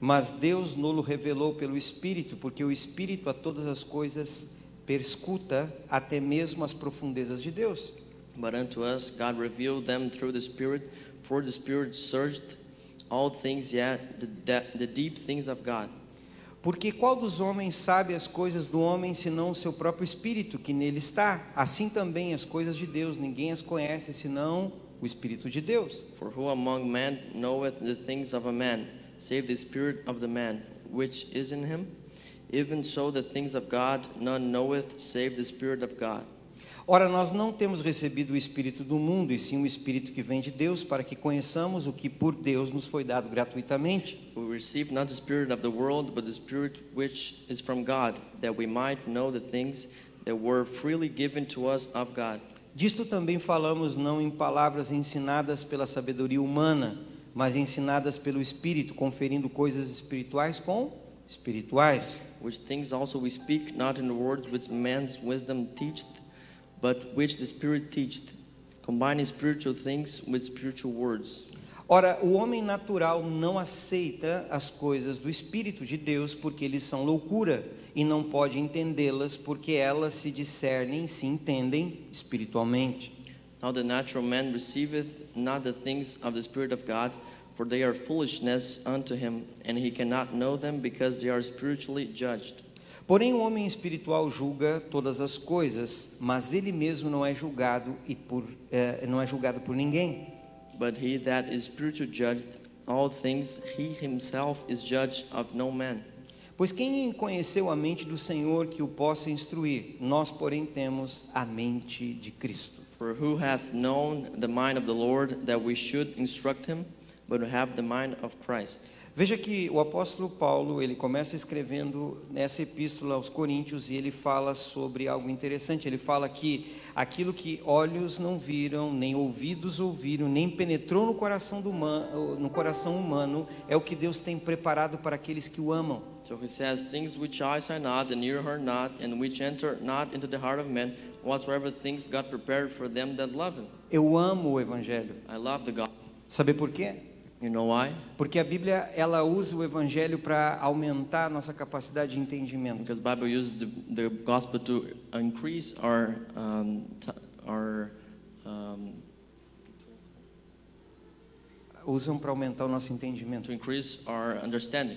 [SPEAKER 1] Mas Deus nolo revelou pelo Espírito, porque o Espírito a todas as coisas perscuta até mesmo as profundezas de Deus.
[SPEAKER 2] But unto us God revealed them through the Spirit, for the Spirit searched all things, yet the, de- the deep things of God.
[SPEAKER 1] Porque qual dos homens sabe as coisas do homem senão o seu próprio espírito que nele está? Assim também as coisas de Deus, ninguém as conhece senão o espírito de Deus.
[SPEAKER 2] For who among men knoweth the things of a man, save the Spirit of the man which is in him? Even so, the things of God none knoweth, save the Spirit of God.
[SPEAKER 1] Ora, nós não temos recebido o espírito do mundo, e sim o espírito que vem de Deus, para que conheçamos o que por Deus nos foi dado gratuitamente.
[SPEAKER 2] We receive not the spirit of the world, but the spirit which is from God, that we might know the things that were freely given to us of God.
[SPEAKER 1] Disto também falamos não em palavras ensinadas pela sabedoria humana, mas ensinadas pelo Espírito, conferindo coisas espirituais com espirituais.
[SPEAKER 2] Which things also we speak, not in words which man's wisdom teacheth, but which the Spirit teacheth, combining spiritual things with spiritual words.
[SPEAKER 1] Ora, o homem natural não aceita as coisas do Espírito de Deus porque eles são loucura e não pode entendê-las porque elas se discernem, se entendem espiritualmente.
[SPEAKER 2] Now the natural man receiveth not the things of the Spirit of God, for they are foolishness unto him, and he cannot know them because they are spiritually judged.
[SPEAKER 1] Porém, o homem espiritual julga todas as coisas, mas ele mesmo não é julgado e por, eh, não é julgado por ninguém.
[SPEAKER 2] But he that is spiritual judgeth all things, he himself is judged of no man.
[SPEAKER 1] Pois quem conheceu a mente do Senhor que o possa instruir? Nós, porém, temos a mente de Cristo.
[SPEAKER 2] For who hath known the mind of the Lord that we should instruct him, but to have the mind of Christ?
[SPEAKER 1] Veja que o apóstolo Paulo, ele começa escrevendo nessa epístola aos Coríntios e ele fala sobre algo interessante. Ele fala que aquilo que olhos não viram, nem ouvidos ouviram, nem penetrou no coração, do human- no coração humano, é o que Deus tem preparado para aqueles que o amam.
[SPEAKER 2] So he says, Things which I saw not, and ear heard not, and which enter not into the heart of men, whatsoever things God prepared for them that love him.
[SPEAKER 1] Eu amo o evangelho.
[SPEAKER 2] I love the gospel.
[SPEAKER 1] Sabe por quê?
[SPEAKER 2] You know why?
[SPEAKER 1] Porque a Bíblia ela usa o Evangelho para aumentar a nossa capacidade de entendimento.
[SPEAKER 2] Because Bible uses the, the gospel to increase our um, t- our um,
[SPEAKER 1] Usam para aumentar o nosso
[SPEAKER 2] to
[SPEAKER 1] entendimento.
[SPEAKER 2] increase our understanding.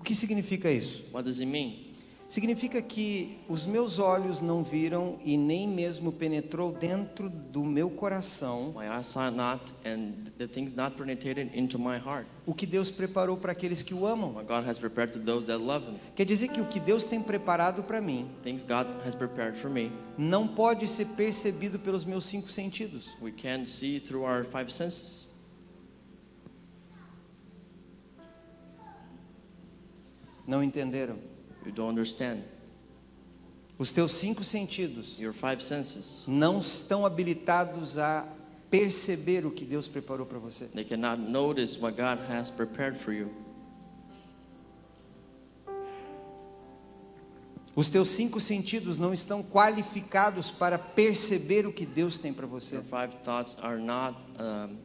[SPEAKER 1] O que significa isso?
[SPEAKER 2] What does it mean?
[SPEAKER 1] Significa que os meus olhos não viram e nem mesmo penetrou dentro do meu coração
[SPEAKER 2] My eyes saw not, and the things not penetrated into my heart.
[SPEAKER 1] o que Deus preparou para aqueles que o amam.
[SPEAKER 2] What God has prepared to those that love Him.
[SPEAKER 1] Quer dizer que o que Deus tem preparado para mim
[SPEAKER 2] Things God has prepared for me.
[SPEAKER 1] não pode ser percebido pelos meus cinco sentidos.
[SPEAKER 2] We can see through our five senses.
[SPEAKER 1] Não entenderam?
[SPEAKER 2] You don't understand.
[SPEAKER 1] Os teus cinco sentidos
[SPEAKER 2] Your five senses.
[SPEAKER 1] não estão habilitados a perceber o que Deus preparou para você.
[SPEAKER 2] They cannot notice what God has prepared for you.
[SPEAKER 1] Os teus cinco sentidos não estão qualificados para perceber o que Deus tem para
[SPEAKER 2] Your
[SPEAKER 1] você.
[SPEAKER 2] five thoughts are not. Um,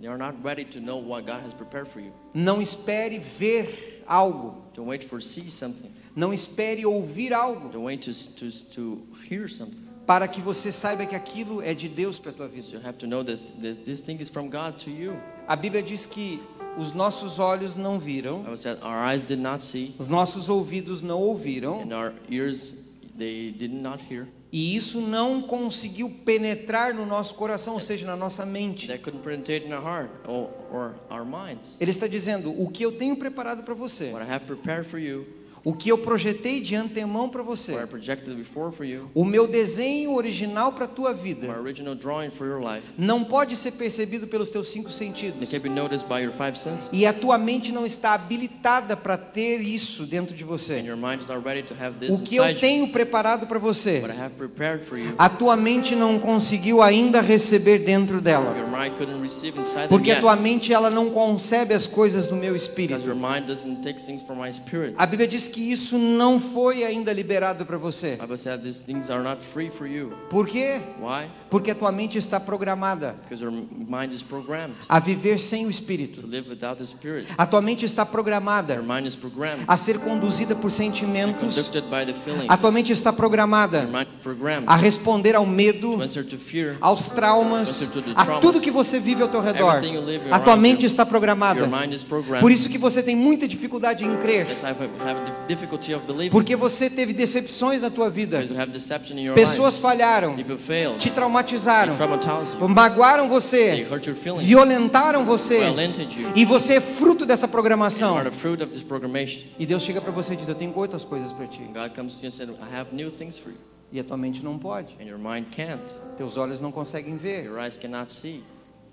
[SPEAKER 2] they are not ready to know what God has prepared for you.
[SPEAKER 1] Não espere ver algo,
[SPEAKER 2] Don't wait for see something.
[SPEAKER 1] não espere ouvir algo,
[SPEAKER 2] Don't wait to to to hear something.
[SPEAKER 1] para que você saiba que aquilo é de Deus para a tua
[SPEAKER 2] So
[SPEAKER 1] vida.
[SPEAKER 2] you have to know that, that this thing is from God to you.
[SPEAKER 1] A Bíblia diz que os nossos olhos não viram,
[SPEAKER 2] I was said our eyes did not see,
[SPEAKER 1] os nossos ouvidos não ouviram,
[SPEAKER 2] and our ears they did not hear.
[SPEAKER 1] e isso não conseguiu penetrar no nosso coração, ou seja, na nossa mente.
[SPEAKER 2] That couldn't penetrate in our heart or, or our minds.
[SPEAKER 1] Ele está dizendo: o que eu tenho preparado para você,
[SPEAKER 2] What I have prepared for you,
[SPEAKER 1] o que eu projetei de antemão para você,
[SPEAKER 2] what I projected before for you,
[SPEAKER 1] o meu desenho original para a tua
[SPEAKER 2] my
[SPEAKER 1] vida,
[SPEAKER 2] original drawing for your life,
[SPEAKER 1] não pode ser percebido pelos teus cinco
[SPEAKER 2] it
[SPEAKER 1] sentidos.
[SPEAKER 2] can be noticed by your five senses,
[SPEAKER 1] E a tua mente não está habilitada para ter isso dentro de
[SPEAKER 2] and
[SPEAKER 1] você.
[SPEAKER 2] your mind's not ready to have this
[SPEAKER 1] O que eu
[SPEAKER 2] inside you.
[SPEAKER 1] tenho preparado para você,
[SPEAKER 2] What I have prepared for you,
[SPEAKER 1] a tua mente não conseguiu ainda receber dentro dela.
[SPEAKER 2] your mind couldn't receive inside them
[SPEAKER 1] Porque a
[SPEAKER 2] yet,
[SPEAKER 1] tua mente ela não concebe as coisas do meu
[SPEAKER 2] because your
[SPEAKER 1] espírito.
[SPEAKER 2] mind doesn't take things from my spirit.
[SPEAKER 1] A Bíblia diz que isso não foi ainda liberado para você.
[SPEAKER 2] Bible said these things are not free for you.
[SPEAKER 1] Por quê?
[SPEAKER 2] Why?
[SPEAKER 1] Porque a tua mente está programada
[SPEAKER 2] Because your mind is programmed
[SPEAKER 1] a viver sem o
[SPEAKER 2] to
[SPEAKER 1] espírito.
[SPEAKER 2] live without the spirit.
[SPEAKER 1] A tua mente está
[SPEAKER 2] Your
[SPEAKER 1] programada
[SPEAKER 2] mind is programmed,
[SPEAKER 1] a ser conduzida por sentimentos.
[SPEAKER 2] conducted by the feelings.
[SPEAKER 1] A tua mente está
[SPEAKER 2] Your
[SPEAKER 1] programada
[SPEAKER 2] mind is programmed,
[SPEAKER 1] a responder ao medo,
[SPEAKER 2] answer to fear.
[SPEAKER 1] aos traumas, a tudo que você vive ao teu redor.
[SPEAKER 2] Everything you live
[SPEAKER 1] A tua
[SPEAKER 2] around
[SPEAKER 1] mente
[SPEAKER 2] you.
[SPEAKER 1] está programada.
[SPEAKER 2] Your mind is programmed.
[SPEAKER 1] Por isso que você tem muita dificuldade em crer,
[SPEAKER 2] yes, I have, have the difficulty of believing.
[SPEAKER 1] porque você teve decepções na tua vida.
[SPEAKER 2] because you have deception in your
[SPEAKER 1] Pessoas falharam,
[SPEAKER 2] life. People fail.
[SPEAKER 1] te
[SPEAKER 2] They
[SPEAKER 1] traumatizaram,
[SPEAKER 2] traumatize you.
[SPEAKER 1] magoaram
[SPEAKER 2] They
[SPEAKER 1] você,
[SPEAKER 2] hurt your feelings.
[SPEAKER 1] violentaram você,
[SPEAKER 2] violented you.
[SPEAKER 1] e você é fruto dessa
[SPEAKER 2] You
[SPEAKER 1] programação.
[SPEAKER 2] are the fruit of this programmation.
[SPEAKER 1] E Deus chega para você e diz: "Eu tenho outras coisas para ti".
[SPEAKER 2] And God comes to you and said, I have new things for you.
[SPEAKER 1] E a tua mente não pode.
[SPEAKER 2] And your mind can't.
[SPEAKER 1] Teus olhos não conseguem ver,
[SPEAKER 2] Your eyes cannot see.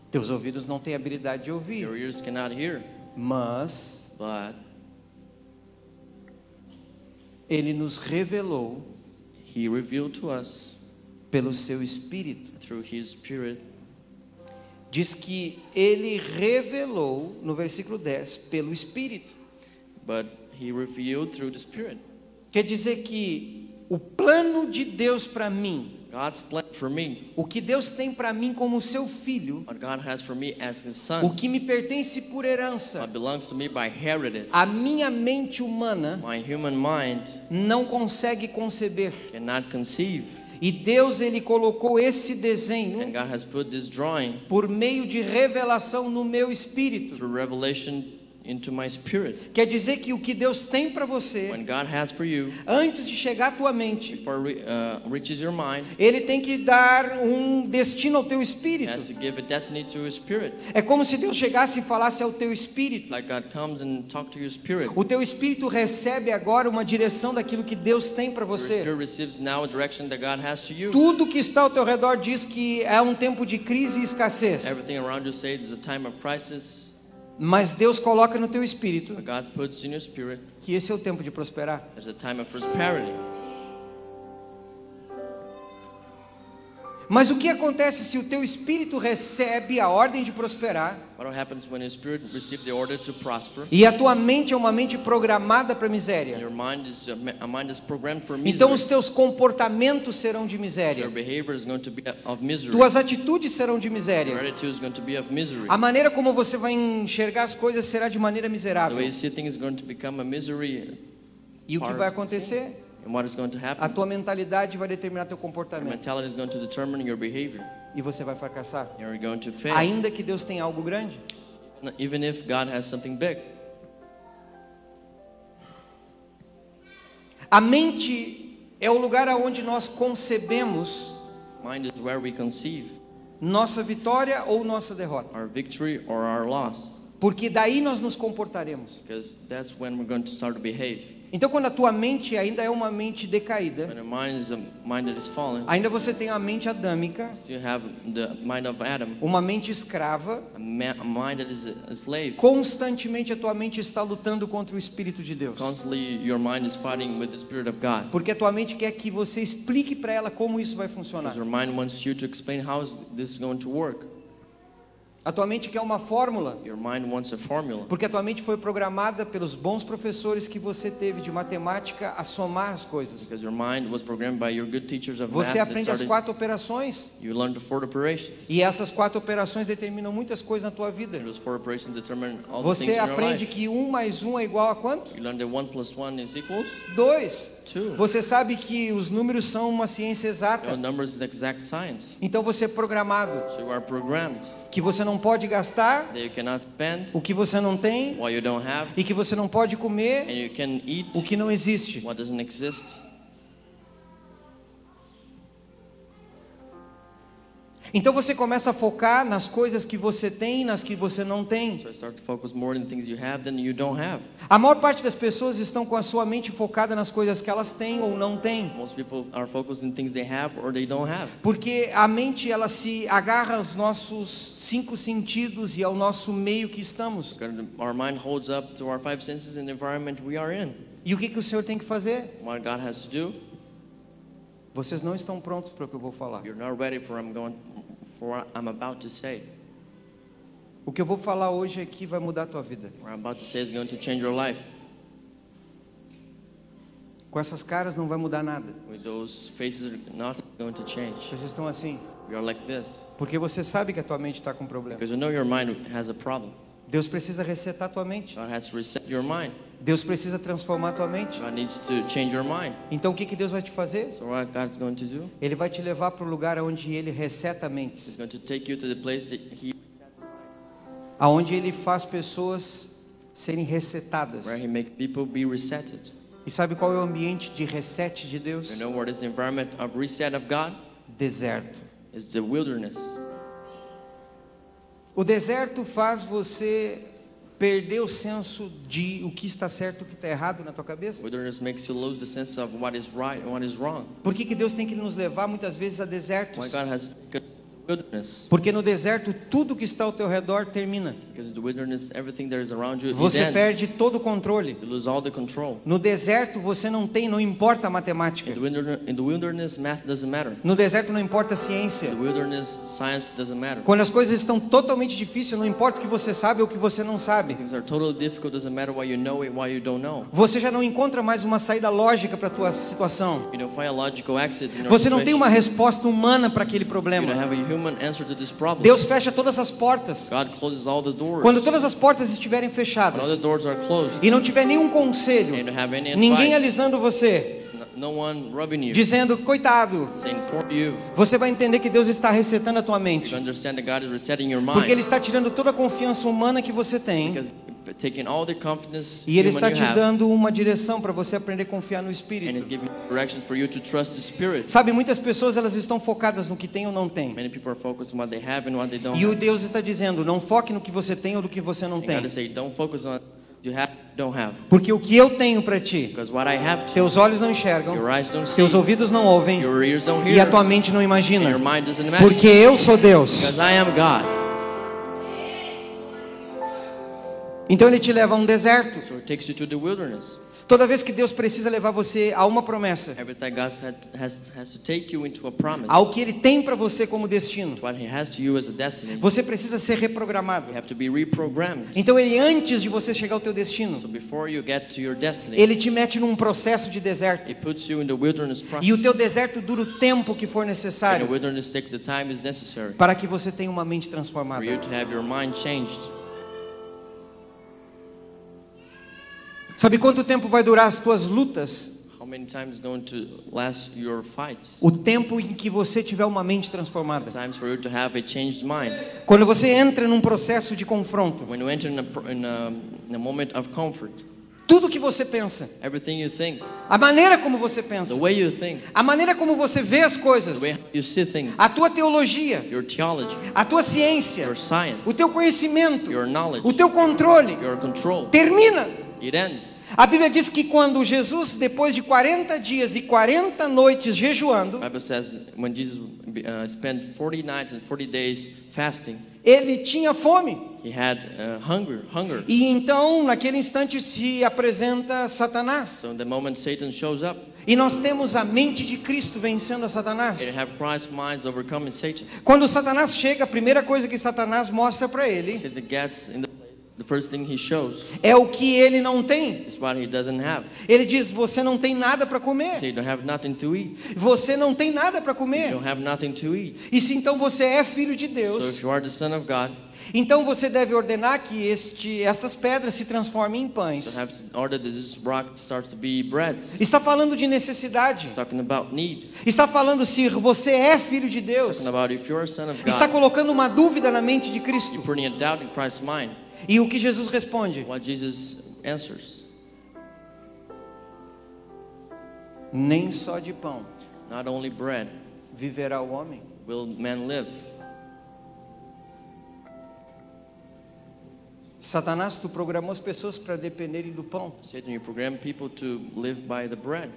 [SPEAKER 1] teus ouvidos não têm habilidade de ouvir.
[SPEAKER 2] Your ears cannot hear.
[SPEAKER 1] Mas
[SPEAKER 2] But
[SPEAKER 1] Ele nos revelou
[SPEAKER 2] He revealed to us
[SPEAKER 1] pelo seu Espírito.
[SPEAKER 2] through His Spirit.
[SPEAKER 1] Diz que ele revelou, no versículo 10, pelo Espírito.
[SPEAKER 2] But He revealed through the Spirit.
[SPEAKER 1] Quer dizer que o plano de Deus para mim,
[SPEAKER 2] God's plan for me,
[SPEAKER 1] o que Deus tem para mim como seu filho,
[SPEAKER 2] what God has for me as His
[SPEAKER 1] o
[SPEAKER 2] Son,
[SPEAKER 1] que me pertence por herança,
[SPEAKER 2] what belongs to me by heritage.
[SPEAKER 1] a minha mente humana
[SPEAKER 2] My human mind
[SPEAKER 1] não consegue conceber.
[SPEAKER 2] cannot conceive.
[SPEAKER 1] E Deus ele colocou esse desenho
[SPEAKER 2] And God has put this drawing
[SPEAKER 1] por meio de revelação no meu espírito.
[SPEAKER 2] through revelation into my spirit.
[SPEAKER 1] Quer dizer que o que Deus tem para você
[SPEAKER 2] When God has for you,
[SPEAKER 1] antes de chegar à tua mente,
[SPEAKER 2] before it uh, reaches your mind,
[SPEAKER 1] ele tem que dar um destino ao teu
[SPEAKER 2] He has to
[SPEAKER 1] espírito.
[SPEAKER 2] give a destiny to your spirit.
[SPEAKER 1] É como se Deus chegasse e falasse ao teu espírito.
[SPEAKER 2] Like God comes and talk to your spirit.
[SPEAKER 1] O teu espírito recebe agora uma direção daquilo que Deus tem para
[SPEAKER 2] Your spirit
[SPEAKER 1] você.
[SPEAKER 2] receives now a direction that God has to you.
[SPEAKER 1] Tudo que está ao teu redor diz que é um tempo de crise e escassez,
[SPEAKER 2] Everything around you says it's a time of crisis,
[SPEAKER 1] mas Deus coloca no teu espírito
[SPEAKER 2] but God puts in your spirit
[SPEAKER 1] que esse é o tempo de prosperar.
[SPEAKER 2] there's a time of prosperity.
[SPEAKER 1] Mas o que acontece se o teu espírito recebe a ordem de prosperar
[SPEAKER 2] What happens when your spirit receives the order to prosper?
[SPEAKER 1] e a tua mente é uma mente programada para
[SPEAKER 2] And
[SPEAKER 1] miséria?
[SPEAKER 2] your mind is a ma- a mind is programmed for misery.
[SPEAKER 1] Então os teus comportamentos serão de
[SPEAKER 2] your
[SPEAKER 1] miséria.
[SPEAKER 2] behavior is going to be of misery.
[SPEAKER 1] Tuas atitudes serão de
[SPEAKER 2] Your
[SPEAKER 1] miséria.
[SPEAKER 2] attitude is going to be of misery.
[SPEAKER 1] A maneira como você vai enxergar as coisas será de maneira
[SPEAKER 2] The way
[SPEAKER 1] miserável.
[SPEAKER 2] you see things is going to become a misery.
[SPEAKER 1] E o que vai acontecer?
[SPEAKER 2] And what is going to
[SPEAKER 1] A
[SPEAKER 2] happen?
[SPEAKER 1] tua mentalidade vai determinar teu
[SPEAKER 2] Your
[SPEAKER 1] comportamento
[SPEAKER 2] mentality is going to determine your behavior.
[SPEAKER 1] e você vai fracassar.
[SPEAKER 2] You're going to fail.
[SPEAKER 1] Ainda que Deus tenha algo grande.
[SPEAKER 2] Even if God has something big.
[SPEAKER 1] A mente é o lugar aonde nós concebemos
[SPEAKER 2] Mind is where we conceive
[SPEAKER 1] nossa vitória ou nossa derrota,
[SPEAKER 2] our victory or our loss.
[SPEAKER 1] porque daí nós nos comportaremos.
[SPEAKER 2] Because that's when we're going to start to behave.
[SPEAKER 1] Então, quando a tua mente ainda é uma mente decaída,
[SPEAKER 2] When your mind is a mind that is fallen,
[SPEAKER 1] ainda você tem a mente adâmica,
[SPEAKER 2] you have the mind of Adam,
[SPEAKER 1] uma mente escrava,
[SPEAKER 2] a, ma- a mind that is a a slave.
[SPEAKER 1] Constantemente a tua mente está lutando contra o Espírito de Deus.
[SPEAKER 2] Constantly, your mind is fighting with the Spirit of God.
[SPEAKER 1] Porque a tua mente quer que você explique para ela como isso vai funcionar.
[SPEAKER 2] Because your mind wants you to explain how is this going to work.
[SPEAKER 1] A tua mente quer uma fórmula.
[SPEAKER 2] Your mind wants a formula.
[SPEAKER 1] Porque a tua mente foi programada pelos bons professores que você teve de matemática a somar as coisas.
[SPEAKER 2] Because your mind was programmed by your good teachers of math.
[SPEAKER 1] Você
[SPEAKER 2] that
[SPEAKER 1] aprende as
[SPEAKER 2] started-
[SPEAKER 1] quatro operações.
[SPEAKER 2] You learned the four operations.
[SPEAKER 1] E essas quatro operações determinam muitas coisas na tua
[SPEAKER 2] And
[SPEAKER 1] vida.
[SPEAKER 2] those four operations determine all the
[SPEAKER 1] Você
[SPEAKER 2] things in your
[SPEAKER 1] aprende
[SPEAKER 2] life.
[SPEAKER 1] que um mais um é igual a quanto?
[SPEAKER 2] You learned that one plus one is equals
[SPEAKER 1] Dois.
[SPEAKER 2] too.
[SPEAKER 1] Você sabe que os números são uma ciência
[SPEAKER 2] You know,
[SPEAKER 1] exata.
[SPEAKER 2] numbers is exact science.
[SPEAKER 1] Então você é programado
[SPEAKER 2] So you are programmed
[SPEAKER 1] que você não pode gastar
[SPEAKER 2] that you cannot spend
[SPEAKER 1] o que você não tem
[SPEAKER 2] what you don't have,
[SPEAKER 1] e que você não pode comer
[SPEAKER 2] and you can eat
[SPEAKER 1] o que não existe.
[SPEAKER 2] what doesn't exist.
[SPEAKER 1] Então você começa a focar nas coisas que você tem e nas que você não tem.
[SPEAKER 2] So you start to focus more on things you have than you don't have.
[SPEAKER 1] A maior parte das pessoas estão com a sua mente focada nas coisas que elas têm ou não têm.
[SPEAKER 2] Most people are focused on things they have or they don't have.
[SPEAKER 1] Porque a mente ela se agarra aos nossos cinco sentidos e ao nosso meio que estamos.
[SPEAKER 2] Because Our mind holds up to our five senses and the environment we are in.
[SPEAKER 1] E o que, que o Senhor tem que fazer?
[SPEAKER 2] What God has to do,
[SPEAKER 1] Vocês não estão prontos para o que eu vou falar.
[SPEAKER 2] you're not ready for I'm going for what I'm about to say.
[SPEAKER 1] O que eu vou falar hoje aqui vai mudar a tua vida.
[SPEAKER 2] What I'm about to say is going to change your life.
[SPEAKER 1] Com essas caras não vai mudar nada.
[SPEAKER 2] With those faces are not going to change.
[SPEAKER 1] Vocês estão assim
[SPEAKER 2] We are like this.
[SPEAKER 1] porque você sabe que a tua mente está com problema.
[SPEAKER 2] Because you know your mind has a problem.
[SPEAKER 1] Deus precisa resetar a tua mente.
[SPEAKER 2] God has to reset your mind.
[SPEAKER 1] Deus precisa transformar a tua mente.
[SPEAKER 2] God needs to change your mind.
[SPEAKER 1] Então o que, que Deus vai te fazer?
[SPEAKER 2] So what God's going to do
[SPEAKER 1] Ele vai te levar para o lugar onde Ele reseta
[SPEAKER 2] is
[SPEAKER 1] mentes.
[SPEAKER 2] going to take you to the place that He
[SPEAKER 1] Aonde Ele faz pessoas serem resetadas.
[SPEAKER 2] where He makes people be resetted.
[SPEAKER 1] E sabe qual é o ambiente de reset de
[SPEAKER 2] You
[SPEAKER 1] Deus?
[SPEAKER 2] know what is the environment of reset of God?
[SPEAKER 1] Deserto.
[SPEAKER 2] It's the wilderness.
[SPEAKER 1] O deserto faz você perder o senso de o que está certo e o que está errado na tua cabeça.
[SPEAKER 2] Wilderness makes you lose the sense of what is right and what is wrong.
[SPEAKER 1] Por que, que Deus tem que nos levar muitas vezes a
[SPEAKER 2] Why
[SPEAKER 1] desertos?
[SPEAKER 2] God has taken the wilderness?
[SPEAKER 1] Porque no deserto tudo que está ao teu redor termina.
[SPEAKER 2] Because the wilderness, everything that is around you, it
[SPEAKER 1] Você
[SPEAKER 2] ends.
[SPEAKER 1] perde todo o controle.
[SPEAKER 2] You lose all the control.
[SPEAKER 1] No deserto você não tem, não importa a
[SPEAKER 2] In the,
[SPEAKER 1] matemática.
[SPEAKER 2] wilder- in the wilderness, math doesn't matter.
[SPEAKER 1] No deserto não importa a
[SPEAKER 2] In
[SPEAKER 1] ciência.
[SPEAKER 2] the wilderness, science doesn't matter.
[SPEAKER 1] Quando as coisas estão totalmente difíceis, não importa o que você sabe ou o que você não sabe.
[SPEAKER 2] Things are totally difficult. Doesn't matter why you know it, why you don't know.
[SPEAKER 1] Você já não encontra mais uma saída lógica para a tua situação.
[SPEAKER 2] You know, find a logical exit. In your
[SPEAKER 1] Você não tem uma
[SPEAKER 2] situation.
[SPEAKER 1] resposta humana para aquele
[SPEAKER 2] You don't
[SPEAKER 1] problema.
[SPEAKER 2] have a human answer to this problem.
[SPEAKER 1] Deus fecha todas as portas.
[SPEAKER 2] God closes all the doors.
[SPEAKER 1] Quando todas as portas estiverem
[SPEAKER 2] When all the
[SPEAKER 1] fechadas
[SPEAKER 2] doors are closed,
[SPEAKER 1] e não tiver nenhum
[SPEAKER 2] and you
[SPEAKER 1] conselho,
[SPEAKER 2] don't have any
[SPEAKER 1] ninguém
[SPEAKER 2] advice.
[SPEAKER 1] alisando você,
[SPEAKER 2] No, no one rubbing you,
[SPEAKER 1] dizendo, coitado,
[SPEAKER 2] saying poor you.
[SPEAKER 1] você vai entender que Deus está resetando a tua
[SPEAKER 2] You
[SPEAKER 1] mente.
[SPEAKER 2] understand that God is resetting your mind.
[SPEAKER 1] Porque Ele está tirando toda a confiança humana que você tem
[SPEAKER 2] Because taking all the confidence
[SPEAKER 1] e Ele
[SPEAKER 2] human
[SPEAKER 1] está
[SPEAKER 2] you
[SPEAKER 1] te
[SPEAKER 2] have,
[SPEAKER 1] dando uma direção para você aprender a confiar no
[SPEAKER 2] and it's
[SPEAKER 1] Espírito.
[SPEAKER 2] giving direction for you to trust the Spirit.
[SPEAKER 1] Sabe, muitas pessoas elas estão focadas no que tem ou não tem.
[SPEAKER 2] Many people are focused on what they have and what they don't
[SPEAKER 1] E o
[SPEAKER 2] have.
[SPEAKER 1] Deus está dizendo, não foque no que você tem ou do que você não
[SPEAKER 2] And God
[SPEAKER 1] tem.
[SPEAKER 2] is saying, don't focus on what you have, don't have.
[SPEAKER 1] Porque o que eu tenho para ti,
[SPEAKER 2] Because what I have to,
[SPEAKER 1] teus olhos não enxergam,
[SPEAKER 2] your eyes don't see,
[SPEAKER 1] teus ouvidos não ouvem
[SPEAKER 2] your ears don't hear,
[SPEAKER 1] e a tua mente não
[SPEAKER 2] and your
[SPEAKER 1] imagina.
[SPEAKER 2] mind doesn't imagine.
[SPEAKER 1] Porque eu sou Deus.
[SPEAKER 2] Because I am God.
[SPEAKER 1] Então ele te leva a um deserto.
[SPEAKER 2] So it takes you to the wilderness.
[SPEAKER 1] Toda vez que Deus precisa levar você a uma promessa,
[SPEAKER 2] Every time God has, has, has to take you into a promise,
[SPEAKER 1] ao que ele tem para você como destino,
[SPEAKER 2] what He has to you as a destiny,
[SPEAKER 1] você precisa ser
[SPEAKER 2] you
[SPEAKER 1] reprogramado.
[SPEAKER 2] have to be reprogrammed.
[SPEAKER 1] Então ele antes de você chegar ao teu
[SPEAKER 2] So
[SPEAKER 1] destino,
[SPEAKER 2] before you get to your destiny,
[SPEAKER 1] ele te mete num processo de deserto.
[SPEAKER 2] it puts you in the wilderness
[SPEAKER 1] E o
[SPEAKER 2] process.
[SPEAKER 1] teu deserto dura o tempo que for
[SPEAKER 2] And the
[SPEAKER 1] necessário
[SPEAKER 2] wilderness takes the time is necessary
[SPEAKER 1] para que você tenha uma mente
[SPEAKER 2] for
[SPEAKER 1] transformada.
[SPEAKER 2] you to have your mind changed.
[SPEAKER 1] Sabe quanto tempo vai durar as tuas lutas?
[SPEAKER 2] How many times is going to last your fights?
[SPEAKER 1] O tempo em que você tiver uma mente transformada.
[SPEAKER 2] Times for you to have a changed mind.
[SPEAKER 1] Quando você entra num processo de confronto,
[SPEAKER 2] When you enter in a, pr- in a, in a moment of comfort,
[SPEAKER 1] tudo que você pensa,
[SPEAKER 2] everything you think,
[SPEAKER 1] a maneira como você
[SPEAKER 2] the
[SPEAKER 1] pensa,
[SPEAKER 2] way you think,
[SPEAKER 1] a maneira como você vê as
[SPEAKER 2] the
[SPEAKER 1] coisas,
[SPEAKER 2] way you see things,
[SPEAKER 1] a tua teologia,
[SPEAKER 2] your theology,
[SPEAKER 1] a tua ciência,
[SPEAKER 2] your science,
[SPEAKER 1] o teu conhecimento,
[SPEAKER 2] your knowledge,
[SPEAKER 1] o teu controle,
[SPEAKER 2] your control,
[SPEAKER 1] termina.
[SPEAKER 2] it ends.
[SPEAKER 1] A Bíblia diz que quando Jesus, depois de 40 dias e 40 noites jejuando,
[SPEAKER 2] Bible says when Jesus uh, spent 40 nights and 40 days fasting,
[SPEAKER 1] ele tinha fome.
[SPEAKER 2] he had uh, hunger, hunger.
[SPEAKER 1] E então, naquele instante, se apresenta Satanás.
[SPEAKER 2] So the moment Satan shows up,
[SPEAKER 1] E nós temos a mente de Cristo vencendo a
[SPEAKER 2] you
[SPEAKER 1] Satanás.
[SPEAKER 2] have Christ's minds overcoming Satan.
[SPEAKER 1] Quando Satanás chega, a primeira coisa que Satanás mostra para ele
[SPEAKER 2] Satan gets in the, the first thing he shows
[SPEAKER 1] É o que ele não tem.
[SPEAKER 2] is what he doesn't have.
[SPEAKER 1] Ele diz: Você não tem nada para
[SPEAKER 2] So
[SPEAKER 1] comer.
[SPEAKER 2] you don't have nothing to eat.
[SPEAKER 1] Você não tem nada para
[SPEAKER 2] You
[SPEAKER 1] comer.
[SPEAKER 2] don't have nothing to eat.
[SPEAKER 1] E se então você é filho de
[SPEAKER 2] So
[SPEAKER 1] Deus,
[SPEAKER 2] if you are the son of God,
[SPEAKER 1] então você deve ordenar que este, essas pedras se transformem em
[SPEAKER 2] you
[SPEAKER 1] pães.
[SPEAKER 2] have to order that this rock starts to be bread.
[SPEAKER 1] Está falando de necessidade.
[SPEAKER 2] It's talking about need.
[SPEAKER 1] Está falando se você é filho de
[SPEAKER 2] It's
[SPEAKER 1] Deus.
[SPEAKER 2] talking about if you're a son of
[SPEAKER 1] Está
[SPEAKER 2] God,
[SPEAKER 1] colocando uma dúvida na mente de
[SPEAKER 2] you're
[SPEAKER 1] Cristo.
[SPEAKER 2] putting a doubt in Christ's mind.
[SPEAKER 1] E o que Jesus responde?
[SPEAKER 2] What Jesus answers,
[SPEAKER 1] Nem só de pão
[SPEAKER 2] not only bread
[SPEAKER 1] viverá o homem.
[SPEAKER 2] will man live.
[SPEAKER 1] Satanás, tu programou as pessoas para dependerem do pão,
[SPEAKER 2] Satan, you program people to live by the bread,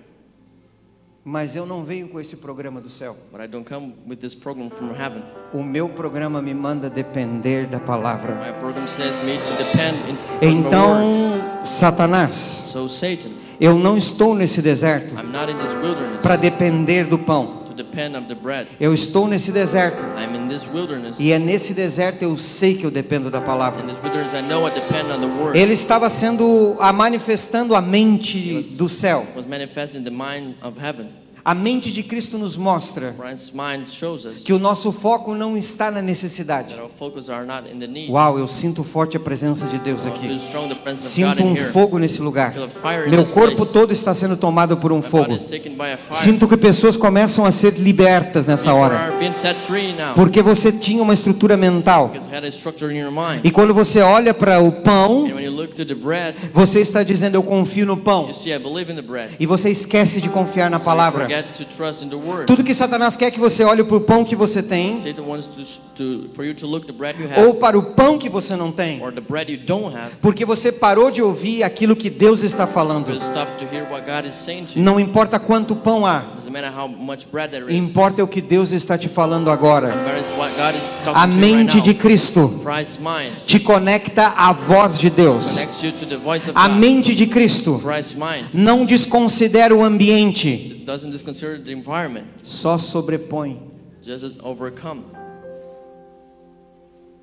[SPEAKER 1] mas eu não venho com esse programa do céu.
[SPEAKER 2] but I don't come with this program from heaven.
[SPEAKER 1] O meu programa me manda depender da palavra.
[SPEAKER 2] My program says me to depend in on the word.
[SPEAKER 1] Então, Satanás,
[SPEAKER 2] So Satan,
[SPEAKER 1] eu não estou nesse deserto
[SPEAKER 2] I'm not in this wilderness
[SPEAKER 1] para depender do pão.
[SPEAKER 2] to depend on the bread.
[SPEAKER 1] Eu estou nesse deserto
[SPEAKER 2] I'm in this wilderness.
[SPEAKER 1] e é nesse deserto eu sei que eu dependo da
[SPEAKER 2] In
[SPEAKER 1] palavra.
[SPEAKER 2] this wilderness, I know I depend on the word.
[SPEAKER 1] Ele estava sendo a manifestando a mente do céu.
[SPEAKER 2] was manifest in the mind of heaven.
[SPEAKER 1] A mente de Cristo nos mostra
[SPEAKER 2] Brian's mind shows us
[SPEAKER 1] que o nosso foco não está na necessidade.
[SPEAKER 2] that our focus are not in the need.
[SPEAKER 1] Uau, eu sinto forte a presença de Deus
[SPEAKER 2] I feel
[SPEAKER 1] aqui.
[SPEAKER 2] strong the presence of
[SPEAKER 1] Sinto
[SPEAKER 2] God in
[SPEAKER 1] um
[SPEAKER 2] here.
[SPEAKER 1] fogo nesse lugar.
[SPEAKER 2] Feel a fire in
[SPEAKER 1] Meu
[SPEAKER 2] this
[SPEAKER 1] corpo
[SPEAKER 2] place.
[SPEAKER 1] todo está sendo tomado por um
[SPEAKER 2] My
[SPEAKER 1] fogo.
[SPEAKER 2] body is taken by a fire.
[SPEAKER 1] Sinto que pessoas começam a ser libertas nessa
[SPEAKER 2] People
[SPEAKER 1] hora.
[SPEAKER 2] are being set free now.
[SPEAKER 1] Porque você tinha uma estrutura mental.
[SPEAKER 2] Because you had a structure in your mind.
[SPEAKER 1] E quando você olha para o
[SPEAKER 2] And
[SPEAKER 1] pão,
[SPEAKER 2] when you look to the bread,
[SPEAKER 1] você está dizendo: Eu confio no pão.
[SPEAKER 2] you see, I believe in the bread.
[SPEAKER 1] E você esquece de confiar na
[SPEAKER 2] You
[SPEAKER 1] palavra.
[SPEAKER 2] forget to trust in the word.
[SPEAKER 1] Tudo que Satanás quer é que você olhe para o pão que você tem,
[SPEAKER 2] Satan wants to, sh- to, for you to look the bread you have
[SPEAKER 1] ou para o pão que você não tem.
[SPEAKER 2] or the bread you don't have.
[SPEAKER 1] Porque você parou de ouvir aquilo que Deus está falando.
[SPEAKER 2] You stop to hear what God is saying to you.
[SPEAKER 1] Não importa quanto pão há.
[SPEAKER 2] Doesn't matter how much bread there is.
[SPEAKER 1] Importa é o que Deus está te falando agora.
[SPEAKER 2] Matters what God is talking
[SPEAKER 1] A
[SPEAKER 2] to you right
[SPEAKER 1] mente
[SPEAKER 2] now.
[SPEAKER 1] de Cristo
[SPEAKER 2] Christ's mind
[SPEAKER 1] te conecta à voz de Deus.
[SPEAKER 2] connects you to the voice of
[SPEAKER 1] A
[SPEAKER 2] God.
[SPEAKER 1] mente de Cristo
[SPEAKER 2] Christ's mind
[SPEAKER 1] não desconsidera o ambiente,
[SPEAKER 2] doesn't disconsider the environment,
[SPEAKER 1] só sobrepõe.
[SPEAKER 2] just as overcome.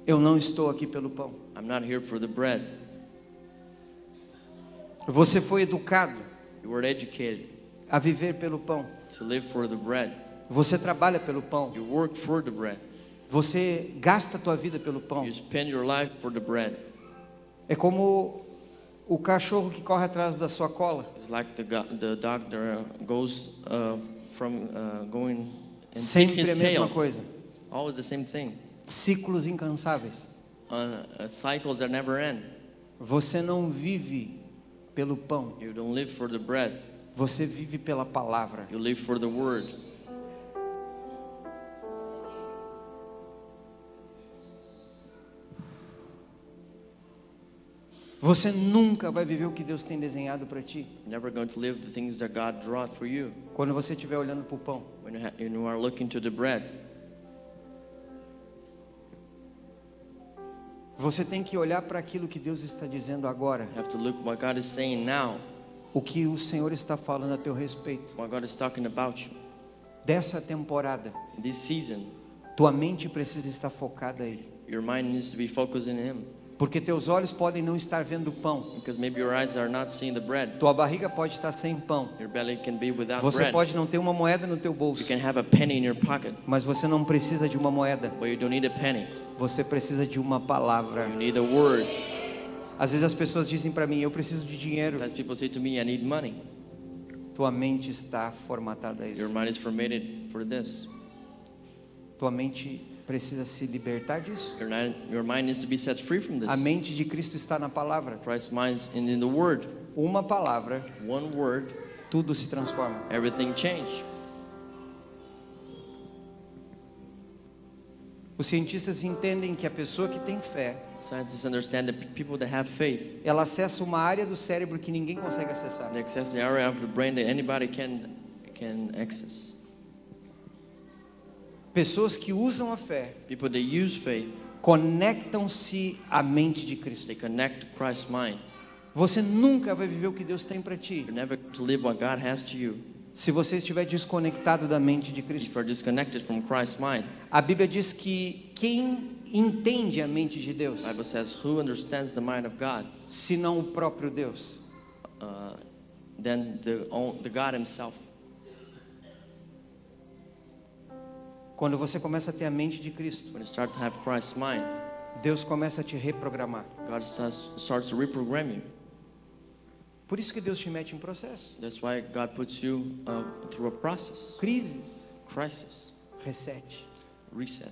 [SPEAKER 1] Eu não estou aqui pelo pão.
[SPEAKER 2] I'm not here for the bread.
[SPEAKER 1] Você foi educado
[SPEAKER 2] You were educated
[SPEAKER 1] a viver pelo pão.
[SPEAKER 2] to live for the bread.
[SPEAKER 1] Você trabalha pelo pão.
[SPEAKER 2] You work for the bread.
[SPEAKER 1] Você gasta a tua vida pelo pão.
[SPEAKER 2] You spend your life for the bread.
[SPEAKER 1] É como o cachorro que corre atrás da sua cola,
[SPEAKER 2] It's like the go- the doctor uh, goes uh, from uh, going and seek
[SPEAKER 1] sempre
[SPEAKER 2] his
[SPEAKER 1] a mesma
[SPEAKER 2] tail.
[SPEAKER 1] coisa.
[SPEAKER 2] Always the same thing.
[SPEAKER 1] Ciclos incansáveis.
[SPEAKER 2] Uh, uh, cycles that never end.
[SPEAKER 1] Você não vive pelo pão.
[SPEAKER 2] You don't live for the bread.
[SPEAKER 1] Você vive pela palavra.
[SPEAKER 2] You live for the word.
[SPEAKER 1] Você nunca vai viver o que Deus tem desenhado para ti
[SPEAKER 2] You're never going to live the things that God brought for you.
[SPEAKER 1] quando você estiver olhando para o pão.
[SPEAKER 2] when you, ha- when you are looking to the bread.
[SPEAKER 1] Você tem que olhar para aquilo que Deus está dizendo agora,
[SPEAKER 2] You have to look what God is saying now,
[SPEAKER 1] o que o Senhor está falando a teu respeito.
[SPEAKER 2] what God is talking about you.
[SPEAKER 1] Dessa temporada,
[SPEAKER 2] In this season,
[SPEAKER 1] tua mente precisa estar focada aí,
[SPEAKER 2] your mind needs to be focused in Him
[SPEAKER 1] porque teus olhos podem não estar vendo o pão,
[SPEAKER 2] because maybe your eyes are not seeing the bread.
[SPEAKER 1] tua barriga pode estar sem pão,
[SPEAKER 2] Your belly can be without
[SPEAKER 1] você
[SPEAKER 2] bread.
[SPEAKER 1] pode não ter uma moeda no teu
[SPEAKER 2] You
[SPEAKER 1] bolso,
[SPEAKER 2] can have a penny in your pocket,
[SPEAKER 1] mas você não precisa de uma moeda,
[SPEAKER 2] but you don't need a penny.
[SPEAKER 1] você precisa de uma
[SPEAKER 2] You
[SPEAKER 1] palavra.
[SPEAKER 2] need a word.
[SPEAKER 1] Às vezes as pessoas dizem para mim, eu preciso de dinheiro.
[SPEAKER 2] Sometimes people say to me, I need money.
[SPEAKER 1] Tua mente está formatada a
[SPEAKER 2] Your
[SPEAKER 1] isso.
[SPEAKER 2] mind is formatted for this.
[SPEAKER 1] Tua mente precisa se libertar disso.
[SPEAKER 2] Your, ni- your mind needs to be set free from
[SPEAKER 1] A
[SPEAKER 2] this.
[SPEAKER 1] mente de Cristo está na palavra.
[SPEAKER 2] Christ's mind is in, in the word.
[SPEAKER 1] Uma palavra,
[SPEAKER 2] One word,
[SPEAKER 1] tudo se transforma.
[SPEAKER 2] everything changed.
[SPEAKER 1] Os cientistas entendem que a pessoa que tem fé,
[SPEAKER 2] Scientists understand that p- people that have faith
[SPEAKER 1] ela acessa uma área do cérebro que ninguém consegue acessar.
[SPEAKER 2] They access the area of the brain that anybody can can access.
[SPEAKER 1] Pessoas que usam a fé
[SPEAKER 2] People that use faith,
[SPEAKER 1] conectam-se à mente de Cristo.
[SPEAKER 2] they connect to Christ's mind.
[SPEAKER 1] Você nunca vai viver o que Deus tem para ti
[SPEAKER 2] You're never to live what God has to you
[SPEAKER 1] se você estiver desconectado da mente de
[SPEAKER 2] if
[SPEAKER 1] Cristo.
[SPEAKER 2] you're disconnected from Christ's mind.
[SPEAKER 1] A Bíblia diz que quem entende a mente de Deus,
[SPEAKER 2] The Bible says, Who understands the mind of God?
[SPEAKER 1] se não o próprio Deus?
[SPEAKER 2] Uh, then the, own, the God Himself.
[SPEAKER 1] Quando você começa a ter a mente de Cristo,
[SPEAKER 2] When you start to have Christ's mind,
[SPEAKER 1] Deus começa a te reprogramar.
[SPEAKER 2] God starts, starts to reprogram you.
[SPEAKER 1] Por isso que Deus te mete em processo.
[SPEAKER 2] That's why God puts you uh, through a process,
[SPEAKER 1] Crises,
[SPEAKER 2] crisis,
[SPEAKER 1] reset,
[SPEAKER 2] reset,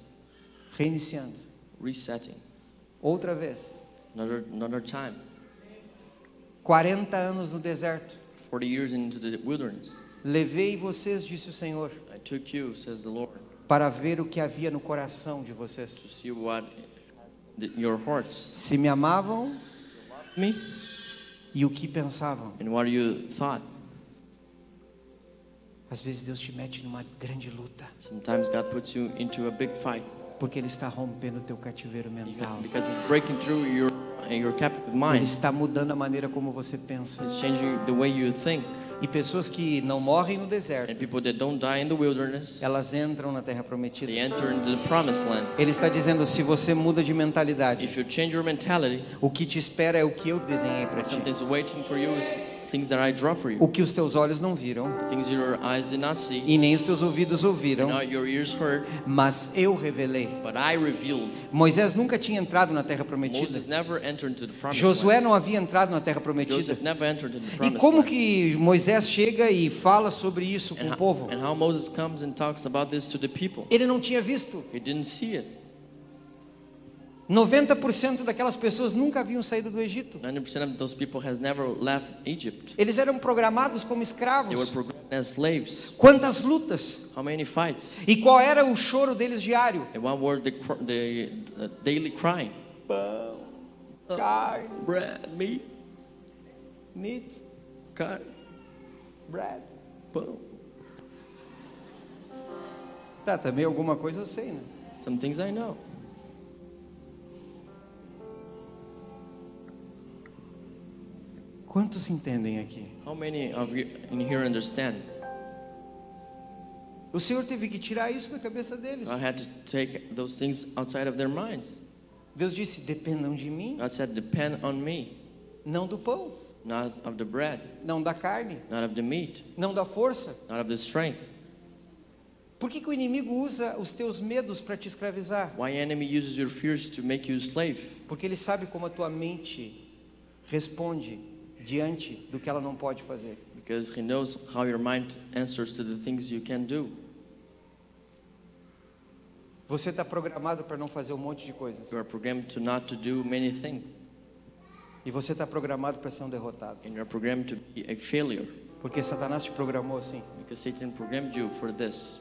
[SPEAKER 1] reiniciando.
[SPEAKER 2] resetting.
[SPEAKER 1] Outra vez.
[SPEAKER 2] Another, another time,
[SPEAKER 1] 40 anos no deserto.
[SPEAKER 2] 40 years into the wilderness,
[SPEAKER 1] Levei vocês, disse o Senhor,
[SPEAKER 2] I took you, says the Lord,
[SPEAKER 1] para ver o que havia no coração de
[SPEAKER 2] to
[SPEAKER 1] vocês.
[SPEAKER 2] see what the, your hearts
[SPEAKER 1] Se me amavam
[SPEAKER 2] me
[SPEAKER 1] e o que pensavam.
[SPEAKER 2] and what you thought.
[SPEAKER 1] Às vezes Deus te mete numa grande luta,
[SPEAKER 2] Sometimes God puts you into a big fight
[SPEAKER 1] porque Ele está rompendo o teu cativeiro mental.
[SPEAKER 2] because it's breaking through your your captive
[SPEAKER 1] Ele
[SPEAKER 2] mind.
[SPEAKER 1] está mudando a maneira como você pensa.
[SPEAKER 2] It's changing the way you think.
[SPEAKER 1] E pessoas que não morrem no
[SPEAKER 2] And
[SPEAKER 1] deserto,
[SPEAKER 2] people that don't die in the wilderness,
[SPEAKER 1] elas entram na terra prometida.
[SPEAKER 2] they enter into the promised land.
[SPEAKER 1] Ele está dizendo: se você muda de mentalidade,
[SPEAKER 2] If you change your mentality,
[SPEAKER 1] o que te espera é o que eu desenhei para ti.
[SPEAKER 2] something's waiting for you is things that I draw for you.
[SPEAKER 1] O que os teus olhos não viram
[SPEAKER 2] Things your eyes did not see,
[SPEAKER 1] e nem os teus ouvidos ouviram,
[SPEAKER 2] now your ears heard,
[SPEAKER 1] mas eu revelei.
[SPEAKER 2] but I revealed.
[SPEAKER 1] Moisés nunca tinha entrado na terra prometida.
[SPEAKER 2] Moses never entered into the promised
[SPEAKER 1] Josué
[SPEAKER 2] land.
[SPEAKER 1] não havia entrado na terra prometida.
[SPEAKER 2] Joseph never entered into the
[SPEAKER 1] E
[SPEAKER 2] promised
[SPEAKER 1] como
[SPEAKER 2] land.
[SPEAKER 1] que Moisés chega e fala sobre isso com
[SPEAKER 2] And
[SPEAKER 1] o
[SPEAKER 2] how-
[SPEAKER 1] povo?
[SPEAKER 2] and how Moses comes and talks about this to the people.
[SPEAKER 1] Ele não tinha visto.
[SPEAKER 2] He didn't see it.
[SPEAKER 1] 90% daquelas pessoas nunca haviam saído do Egito.
[SPEAKER 2] 90% of those people has never left Egypt.
[SPEAKER 1] Eles eram programados como
[SPEAKER 2] They were
[SPEAKER 1] escravos.
[SPEAKER 2] programmed as slaves.
[SPEAKER 1] Quantas lutas!
[SPEAKER 2] How many fights?
[SPEAKER 1] E qual era o choro deles diário?
[SPEAKER 2] And what were the, cr- the uh, daily crying? Uh,
[SPEAKER 1] Carne,
[SPEAKER 2] Bread, meat,
[SPEAKER 1] meat,
[SPEAKER 2] car,
[SPEAKER 1] bread.
[SPEAKER 2] pão.
[SPEAKER 1] Tá, também alguma coisa eu sei, né?
[SPEAKER 2] Some things I know.
[SPEAKER 1] Quantos entendem aqui?
[SPEAKER 2] How many of you in here understand?
[SPEAKER 1] O Senhor teve que tirar isso da cabeça deles.
[SPEAKER 2] God had to take those things outside of their minds.
[SPEAKER 1] Deus disse: dependam de mim,
[SPEAKER 2] God said, depend on me,
[SPEAKER 1] não do pão,
[SPEAKER 2] not of the bread,
[SPEAKER 1] não da carne,
[SPEAKER 2] not of the meat,
[SPEAKER 1] não da força.
[SPEAKER 2] not of the strength.
[SPEAKER 1] Por que, que o inimigo usa os teus medos para te escravizar?
[SPEAKER 2] Why enemy uses your fears to make you a slave?
[SPEAKER 1] Porque ele sabe como a tua mente responde diante do que ela não pode fazer.
[SPEAKER 2] Because he knows how your mind answers to the things you can do.
[SPEAKER 1] Você está programado para não fazer um monte de coisas.
[SPEAKER 2] You are programmed to not to do many things,
[SPEAKER 1] E você está programado para ser um derrotado.
[SPEAKER 2] and you are programmed to be a failure
[SPEAKER 1] Porque Satanás te programou assim.
[SPEAKER 2] because Satan programmed you for this.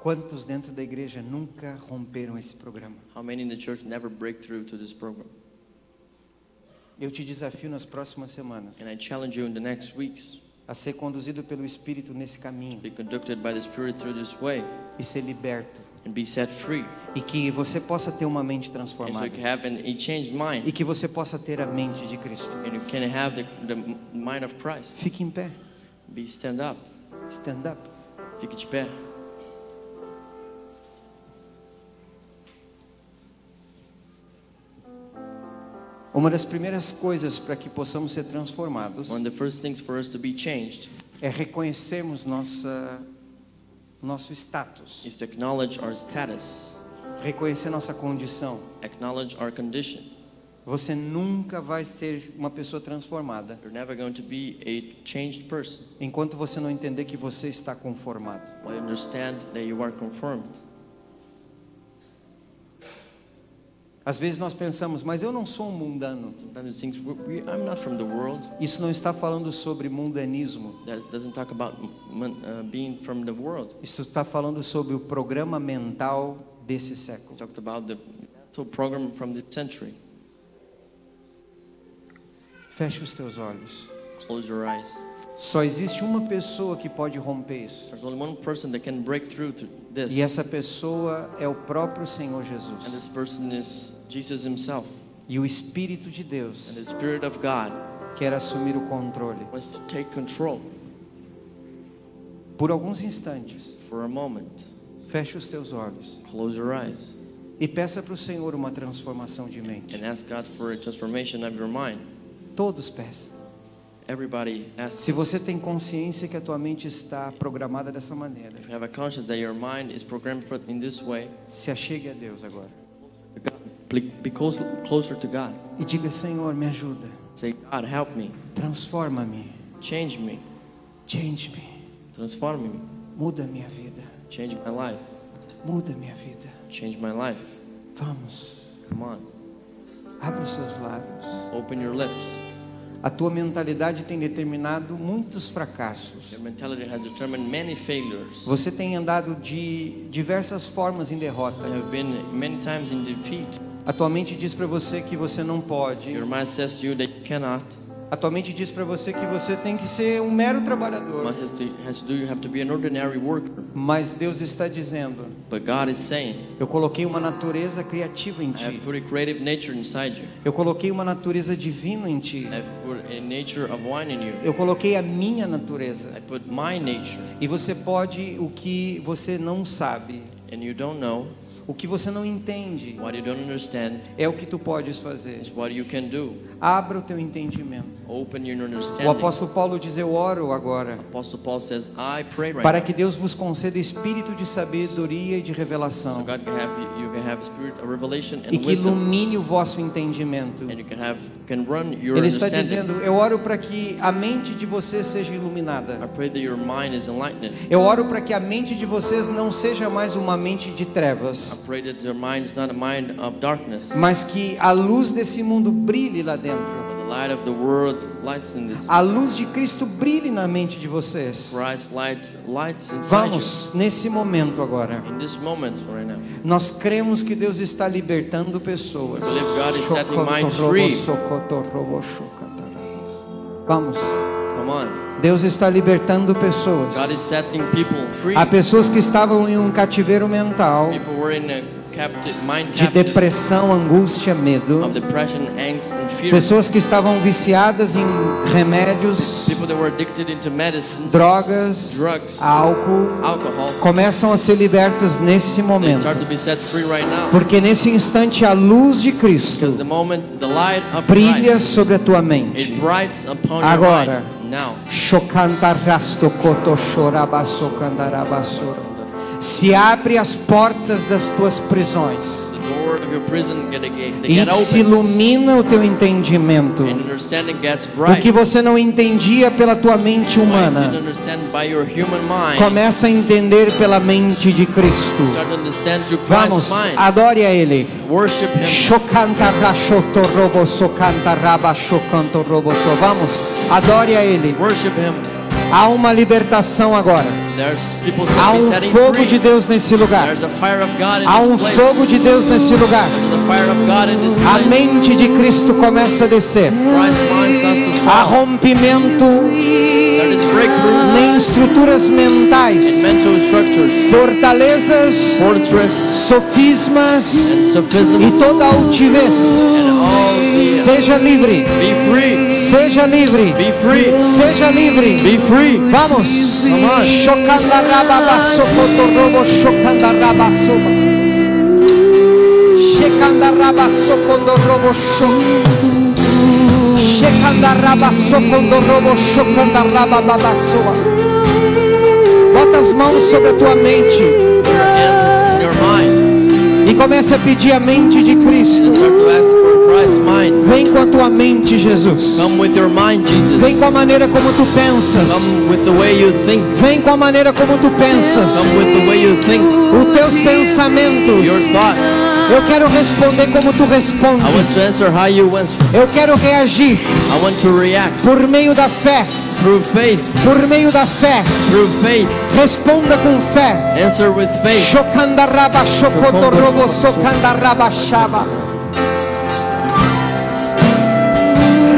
[SPEAKER 1] Quantos dentro da igreja nunca romperam esse programa?
[SPEAKER 2] How many in the church never break through to this program?
[SPEAKER 1] Eu te desafio nas próximas semanas
[SPEAKER 2] And I challenge you in the next weeks
[SPEAKER 1] a ser conduzido pelo Espírito nesse
[SPEAKER 2] to
[SPEAKER 1] caminho
[SPEAKER 2] be conducted by the Spirit through this way
[SPEAKER 1] e ser liberto.
[SPEAKER 2] and be set free,
[SPEAKER 1] E que você possa ter uma mente
[SPEAKER 2] and so you
[SPEAKER 1] transformada.
[SPEAKER 2] can have an, a changed
[SPEAKER 1] E
[SPEAKER 2] mind,
[SPEAKER 1] que você possa ter a mente de Cristo.
[SPEAKER 2] and you can have the, the mind of Christ.
[SPEAKER 1] Fique em pé.
[SPEAKER 2] Be stand up,
[SPEAKER 1] Stand up.
[SPEAKER 2] fique de pé.
[SPEAKER 1] Uma das primeiras coisas para que possamos ser transformados
[SPEAKER 2] One of the first things for us to be changed
[SPEAKER 1] é reconhecermos nossa, nosso status,
[SPEAKER 2] is to acknowledge our status,
[SPEAKER 1] reconhecer nossa condição.
[SPEAKER 2] acknowledge our condition.
[SPEAKER 1] Você nunca vai ser uma pessoa transformada
[SPEAKER 2] You're never going to be a changed person.
[SPEAKER 1] enquanto você não entender que você está conformado.
[SPEAKER 2] I understand that you are confirmed.
[SPEAKER 1] Às vezes nós pensamos, mas eu não sou um mundano.
[SPEAKER 2] Sometimes it thinks we, we, I'm not from the world.
[SPEAKER 1] Isso não está falando sobre mundanismo.
[SPEAKER 2] That doesn't talk about m- m- uh, being from the world.
[SPEAKER 1] Isso está falando sobre o programa mental desse século.
[SPEAKER 2] It talked about the mental program from the century.
[SPEAKER 1] Feche os teus olhos.
[SPEAKER 2] Close your eyes.
[SPEAKER 1] Só existe uma pessoa que pode romper isso.
[SPEAKER 2] There's only one person that can break through to this,
[SPEAKER 1] E essa pessoa é o próprio Senhor
[SPEAKER 2] and
[SPEAKER 1] Jesus.
[SPEAKER 2] this person is Jesus Himself.
[SPEAKER 1] E o Espírito de
[SPEAKER 2] And
[SPEAKER 1] Deus
[SPEAKER 2] the Spirit of God
[SPEAKER 1] quer assumir o controle.
[SPEAKER 2] wants to take control.
[SPEAKER 1] por alguns instantes,
[SPEAKER 2] For a moment,
[SPEAKER 1] feche os teus olhos
[SPEAKER 2] close your eyes
[SPEAKER 1] e peça para o Senhor uma transformação de mente.
[SPEAKER 2] and ask God for a transformation of your mind.
[SPEAKER 1] Todos peçam.
[SPEAKER 2] Everybody asks.
[SPEAKER 1] Se você tem consciência que a tua mente está programada dessa maneira,
[SPEAKER 2] If you have a conscience that your mind is programmed for in this way,
[SPEAKER 1] se achegue a Deus agora
[SPEAKER 2] pl- be close, closer to God.
[SPEAKER 1] e diga: Senhor, me ajuda,
[SPEAKER 2] Say, God, help me,
[SPEAKER 1] transforma-me,
[SPEAKER 2] change me,
[SPEAKER 1] change-me,
[SPEAKER 2] transform me,
[SPEAKER 1] muda minha vida,
[SPEAKER 2] change my life,
[SPEAKER 1] muda minha vida.
[SPEAKER 2] change my life.
[SPEAKER 1] Vamos,
[SPEAKER 2] Come on,
[SPEAKER 1] abre os seus lábios.
[SPEAKER 2] open your lips.
[SPEAKER 1] A tua mentalidade tem determinado muitos fracassos.
[SPEAKER 2] Your mentality has determined many failures.
[SPEAKER 1] Você tem andado de diversas formas em derrota.
[SPEAKER 2] You have been many times in defeat.
[SPEAKER 1] A tua mente diz para você que você não pode.
[SPEAKER 2] Your mind says to you that you cannot.
[SPEAKER 1] A tua mente diz para você que você tem que ser um mero
[SPEAKER 2] Your
[SPEAKER 1] trabalhador.
[SPEAKER 2] mind says to you, has to do you have to be an ordinary worker.
[SPEAKER 1] Mas Deus está dizendo:
[SPEAKER 2] But God is saying,
[SPEAKER 1] Eu coloquei uma natureza criativa em
[SPEAKER 2] I have
[SPEAKER 1] ti.
[SPEAKER 2] put a creative nature inside you.
[SPEAKER 1] Eu coloquei uma natureza divina em ti.
[SPEAKER 2] I have put a nature of wine in you.
[SPEAKER 1] Eu coloquei a minha natureza.
[SPEAKER 2] I put my nature.
[SPEAKER 1] E você pode o que você não sabe,
[SPEAKER 2] and you don't know
[SPEAKER 1] o que você não entende,
[SPEAKER 2] what you don't understand
[SPEAKER 1] é o que tu podes fazer.
[SPEAKER 2] is what you can do
[SPEAKER 1] Abra o teu entendimento.
[SPEAKER 2] open your
[SPEAKER 1] O
[SPEAKER 2] understanding
[SPEAKER 1] apóstolo Paulo diz: Eu oro agora
[SPEAKER 2] apostle paul says i pray right
[SPEAKER 1] para
[SPEAKER 2] now
[SPEAKER 1] que Deus vos conceda espírito de sabedoria e de
[SPEAKER 2] so
[SPEAKER 1] revelação
[SPEAKER 2] god can have you can have spirit of revelation
[SPEAKER 1] e
[SPEAKER 2] and
[SPEAKER 1] que
[SPEAKER 2] wisdom
[SPEAKER 1] ilumine o vosso entendimento.
[SPEAKER 2] and you can have can run your
[SPEAKER 1] Ele está
[SPEAKER 2] understanding
[SPEAKER 1] dizendo: Eu oro para que a mente de vocês seja iluminada.
[SPEAKER 2] i pray that your mind is enlightened
[SPEAKER 1] Eu oro para que a mente de vocês não seja mais uma mente de
[SPEAKER 2] i
[SPEAKER 1] trevas,
[SPEAKER 2] pray that your mind is not a mind of darkness
[SPEAKER 1] mas que a luz desse mundo brilhe lá dentro.
[SPEAKER 2] but the light of the world lights in this
[SPEAKER 1] A luz de Cristo brilhe na mente de vocês.
[SPEAKER 2] Christ light lights inside
[SPEAKER 1] Vamos nesse momento agora.
[SPEAKER 2] you in this moment right now
[SPEAKER 1] Nós cremos que Deus está libertando pessoas.
[SPEAKER 2] We believe God is setting minds free.
[SPEAKER 1] Vamos.
[SPEAKER 2] come on
[SPEAKER 1] Deus está libertando pessoas.
[SPEAKER 2] god is setting people free
[SPEAKER 1] Há pessoas que estavam em um cativeiro mental
[SPEAKER 2] people were in a captive mind
[SPEAKER 1] de
[SPEAKER 2] captive
[SPEAKER 1] depressão, angústia,
[SPEAKER 2] of
[SPEAKER 1] medo.
[SPEAKER 2] depression, angst, and fear.
[SPEAKER 1] Pessoas que estavam viciadas em remédios,
[SPEAKER 2] People that were addicted into medicines,
[SPEAKER 1] drogas,
[SPEAKER 2] drugs,
[SPEAKER 1] álcool,
[SPEAKER 2] alcohol.
[SPEAKER 1] começam a ser libertas nesse
[SPEAKER 2] They
[SPEAKER 1] momento.
[SPEAKER 2] start to be set free right now.
[SPEAKER 1] Porque nesse instante a luz de
[SPEAKER 2] Because the
[SPEAKER 1] Cristo
[SPEAKER 2] moment the light of
[SPEAKER 1] brilha
[SPEAKER 2] Christ,
[SPEAKER 1] sobre a tua mente.
[SPEAKER 2] it brights upon
[SPEAKER 1] Agora.
[SPEAKER 2] your mind now.
[SPEAKER 1] Chocantarrastocotoxorabaçocandarabasoro. Se abre as portas das tuas prisões
[SPEAKER 2] The door of your prison get, get, they
[SPEAKER 1] e
[SPEAKER 2] get
[SPEAKER 1] se
[SPEAKER 2] open.
[SPEAKER 1] ilumina o teu entendimento.
[SPEAKER 2] And understanding gets
[SPEAKER 1] O
[SPEAKER 2] bright.
[SPEAKER 1] que você não entendia pela tua mente
[SPEAKER 2] What you didn't
[SPEAKER 1] humana,
[SPEAKER 2] understand by your human mind.
[SPEAKER 1] começa a entender pela mente de Cristo.
[SPEAKER 2] Start to understand through
[SPEAKER 1] Vamos,
[SPEAKER 2] Christ's mind.
[SPEAKER 1] adore a Ele.
[SPEAKER 2] Worship Him.
[SPEAKER 1] Chocantarrachotorrobosocantarrabachocantorroboso. Vamos, adore a Ele.
[SPEAKER 2] Worship Him.
[SPEAKER 1] Há uma libertação agora.
[SPEAKER 2] There's people
[SPEAKER 1] Há
[SPEAKER 2] set-
[SPEAKER 1] um
[SPEAKER 2] setting
[SPEAKER 1] fogo
[SPEAKER 2] free.
[SPEAKER 1] de Deus nesse lugar.
[SPEAKER 2] There's a fire of God in
[SPEAKER 1] Há um
[SPEAKER 2] this place.
[SPEAKER 1] fogo de Deus nesse lugar.
[SPEAKER 2] There's a fire of God in this
[SPEAKER 1] A
[SPEAKER 2] place.
[SPEAKER 1] mente de Cristo começa a descer.
[SPEAKER 2] Christ's mind starts to
[SPEAKER 1] Há um
[SPEAKER 2] fall.
[SPEAKER 1] rompimento
[SPEAKER 2] There is breakthrough
[SPEAKER 1] em estruturas
[SPEAKER 2] in
[SPEAKER 1] mentais,
[SPEAKER 2] mental structures,
[SPEAKER 1] fortalezas,
[SPEAKER 2] fortress,
[SPEAKER 1] sofismas
[SPEAKER 2] and
[SPEAKER 1] e
[SPEAKER 2] sophisms,
[SPEAKER 1] toda altivez.
[SPEAKER 2] and all the
[SPEAKER 1] Seja livre,
[SPEAKER 2] Be free,
[SPEAKER 1] seja livre,
[SPEAKER 2] be free,
[SPEAKER 1] seja livre.
[SPEAKER 2] be free.
[SPEAKER 1] Vamos.
[SPEAKER 2] Vamos.
[SPEAKER 1] Chocandarababasocotorobo, chocandarabasoba. Checandarabasocontorobo, cho- Checandarabasocontorobo, chocandarabababasoa. Bota as mãos sobre a tua mente
[SPEAKER 2] Put your hands in your mind
[SPEAKER 1] e comece a pedir a mente de
[SPEAKER 2] and
[SPEAKER 1] Cristo.
[SPEAKER 2] start to ask for Christ's mind.
[SPEAKER 1] Vem com a tua mente, Jesus.
[SPEAKER 2] Come with your mind, Jesus.
[SPEAKER 1] Vem com a maneira como tu pensas.
[SPEAKER 2] Come with the way you think.
[SPEAKER 1] Vem com a maneira como tu pensas.
[SPEAKER 2] Come with the way you think.
[SPEAKER 1] Os teus pensamentos.
[SPEAKER 2] Your thoughts.
[SPEAKER 1] Eu quero responder como tu
[SPEAKER 2] I want to
[SPEAKER 1] respondes.
[SPEAKER 2] answer how you answer.
[SPEAKER 1] Eu quero reagir
[SPEAKER 2] I want to react
[SPEAKER 1] por meio da fé.
[SPEAKER 2] through faith.
[SPEAKER 1] Por meio da fé.
[SPEAKER 2] Through faith.
[SPEAKER 1] Responda com fé.
[SPEAKER 2] Answer with faith.
[SPEAKER 1] Chocandaraba, chocotorobo, socandaraba, chaba.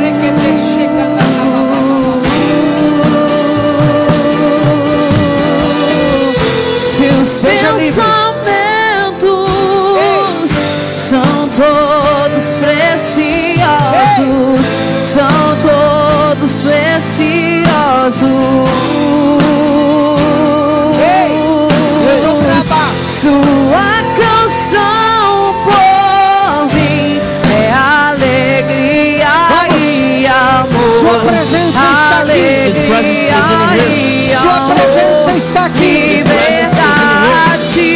[SPEAKER 1] Requete, checandaraba. Se- Seja livre.
[SPEAKER 3] Pensamentos são todos preciosos, são todos preciosos. Sua canção por mim é alegria e amor.
[SPEAKER 1] Sua presença está aqui.
[SPEAKER 3] alegria
[SPEAKER 2] His presence is in here.
[SPEAKER 3] e
[SPEAKER 1] Sua
[SPEAKER 3] amor.
[SPEAKER 1] presença está aqui.
[SPEAKER 3] Liberdade,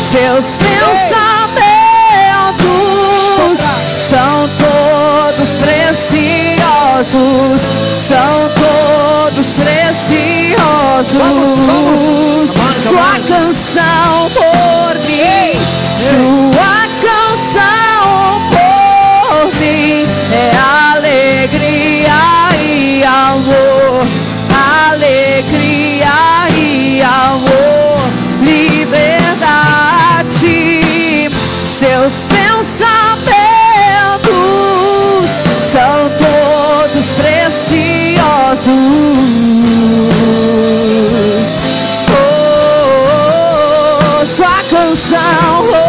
[SPEAKER 3] seus pensamentos são todos preciosos, são todos preciosos.
[SPEAKER 1] Vamos,
[SPEAKER 2] vamos.
[SPEAKER 3] Sua canção por mim, sua canção por mim é alegria e amor, alegria e amor, liberdade. Seus pensamentos são todos preciosos. Oh, oh, oh, sua canção. oh, é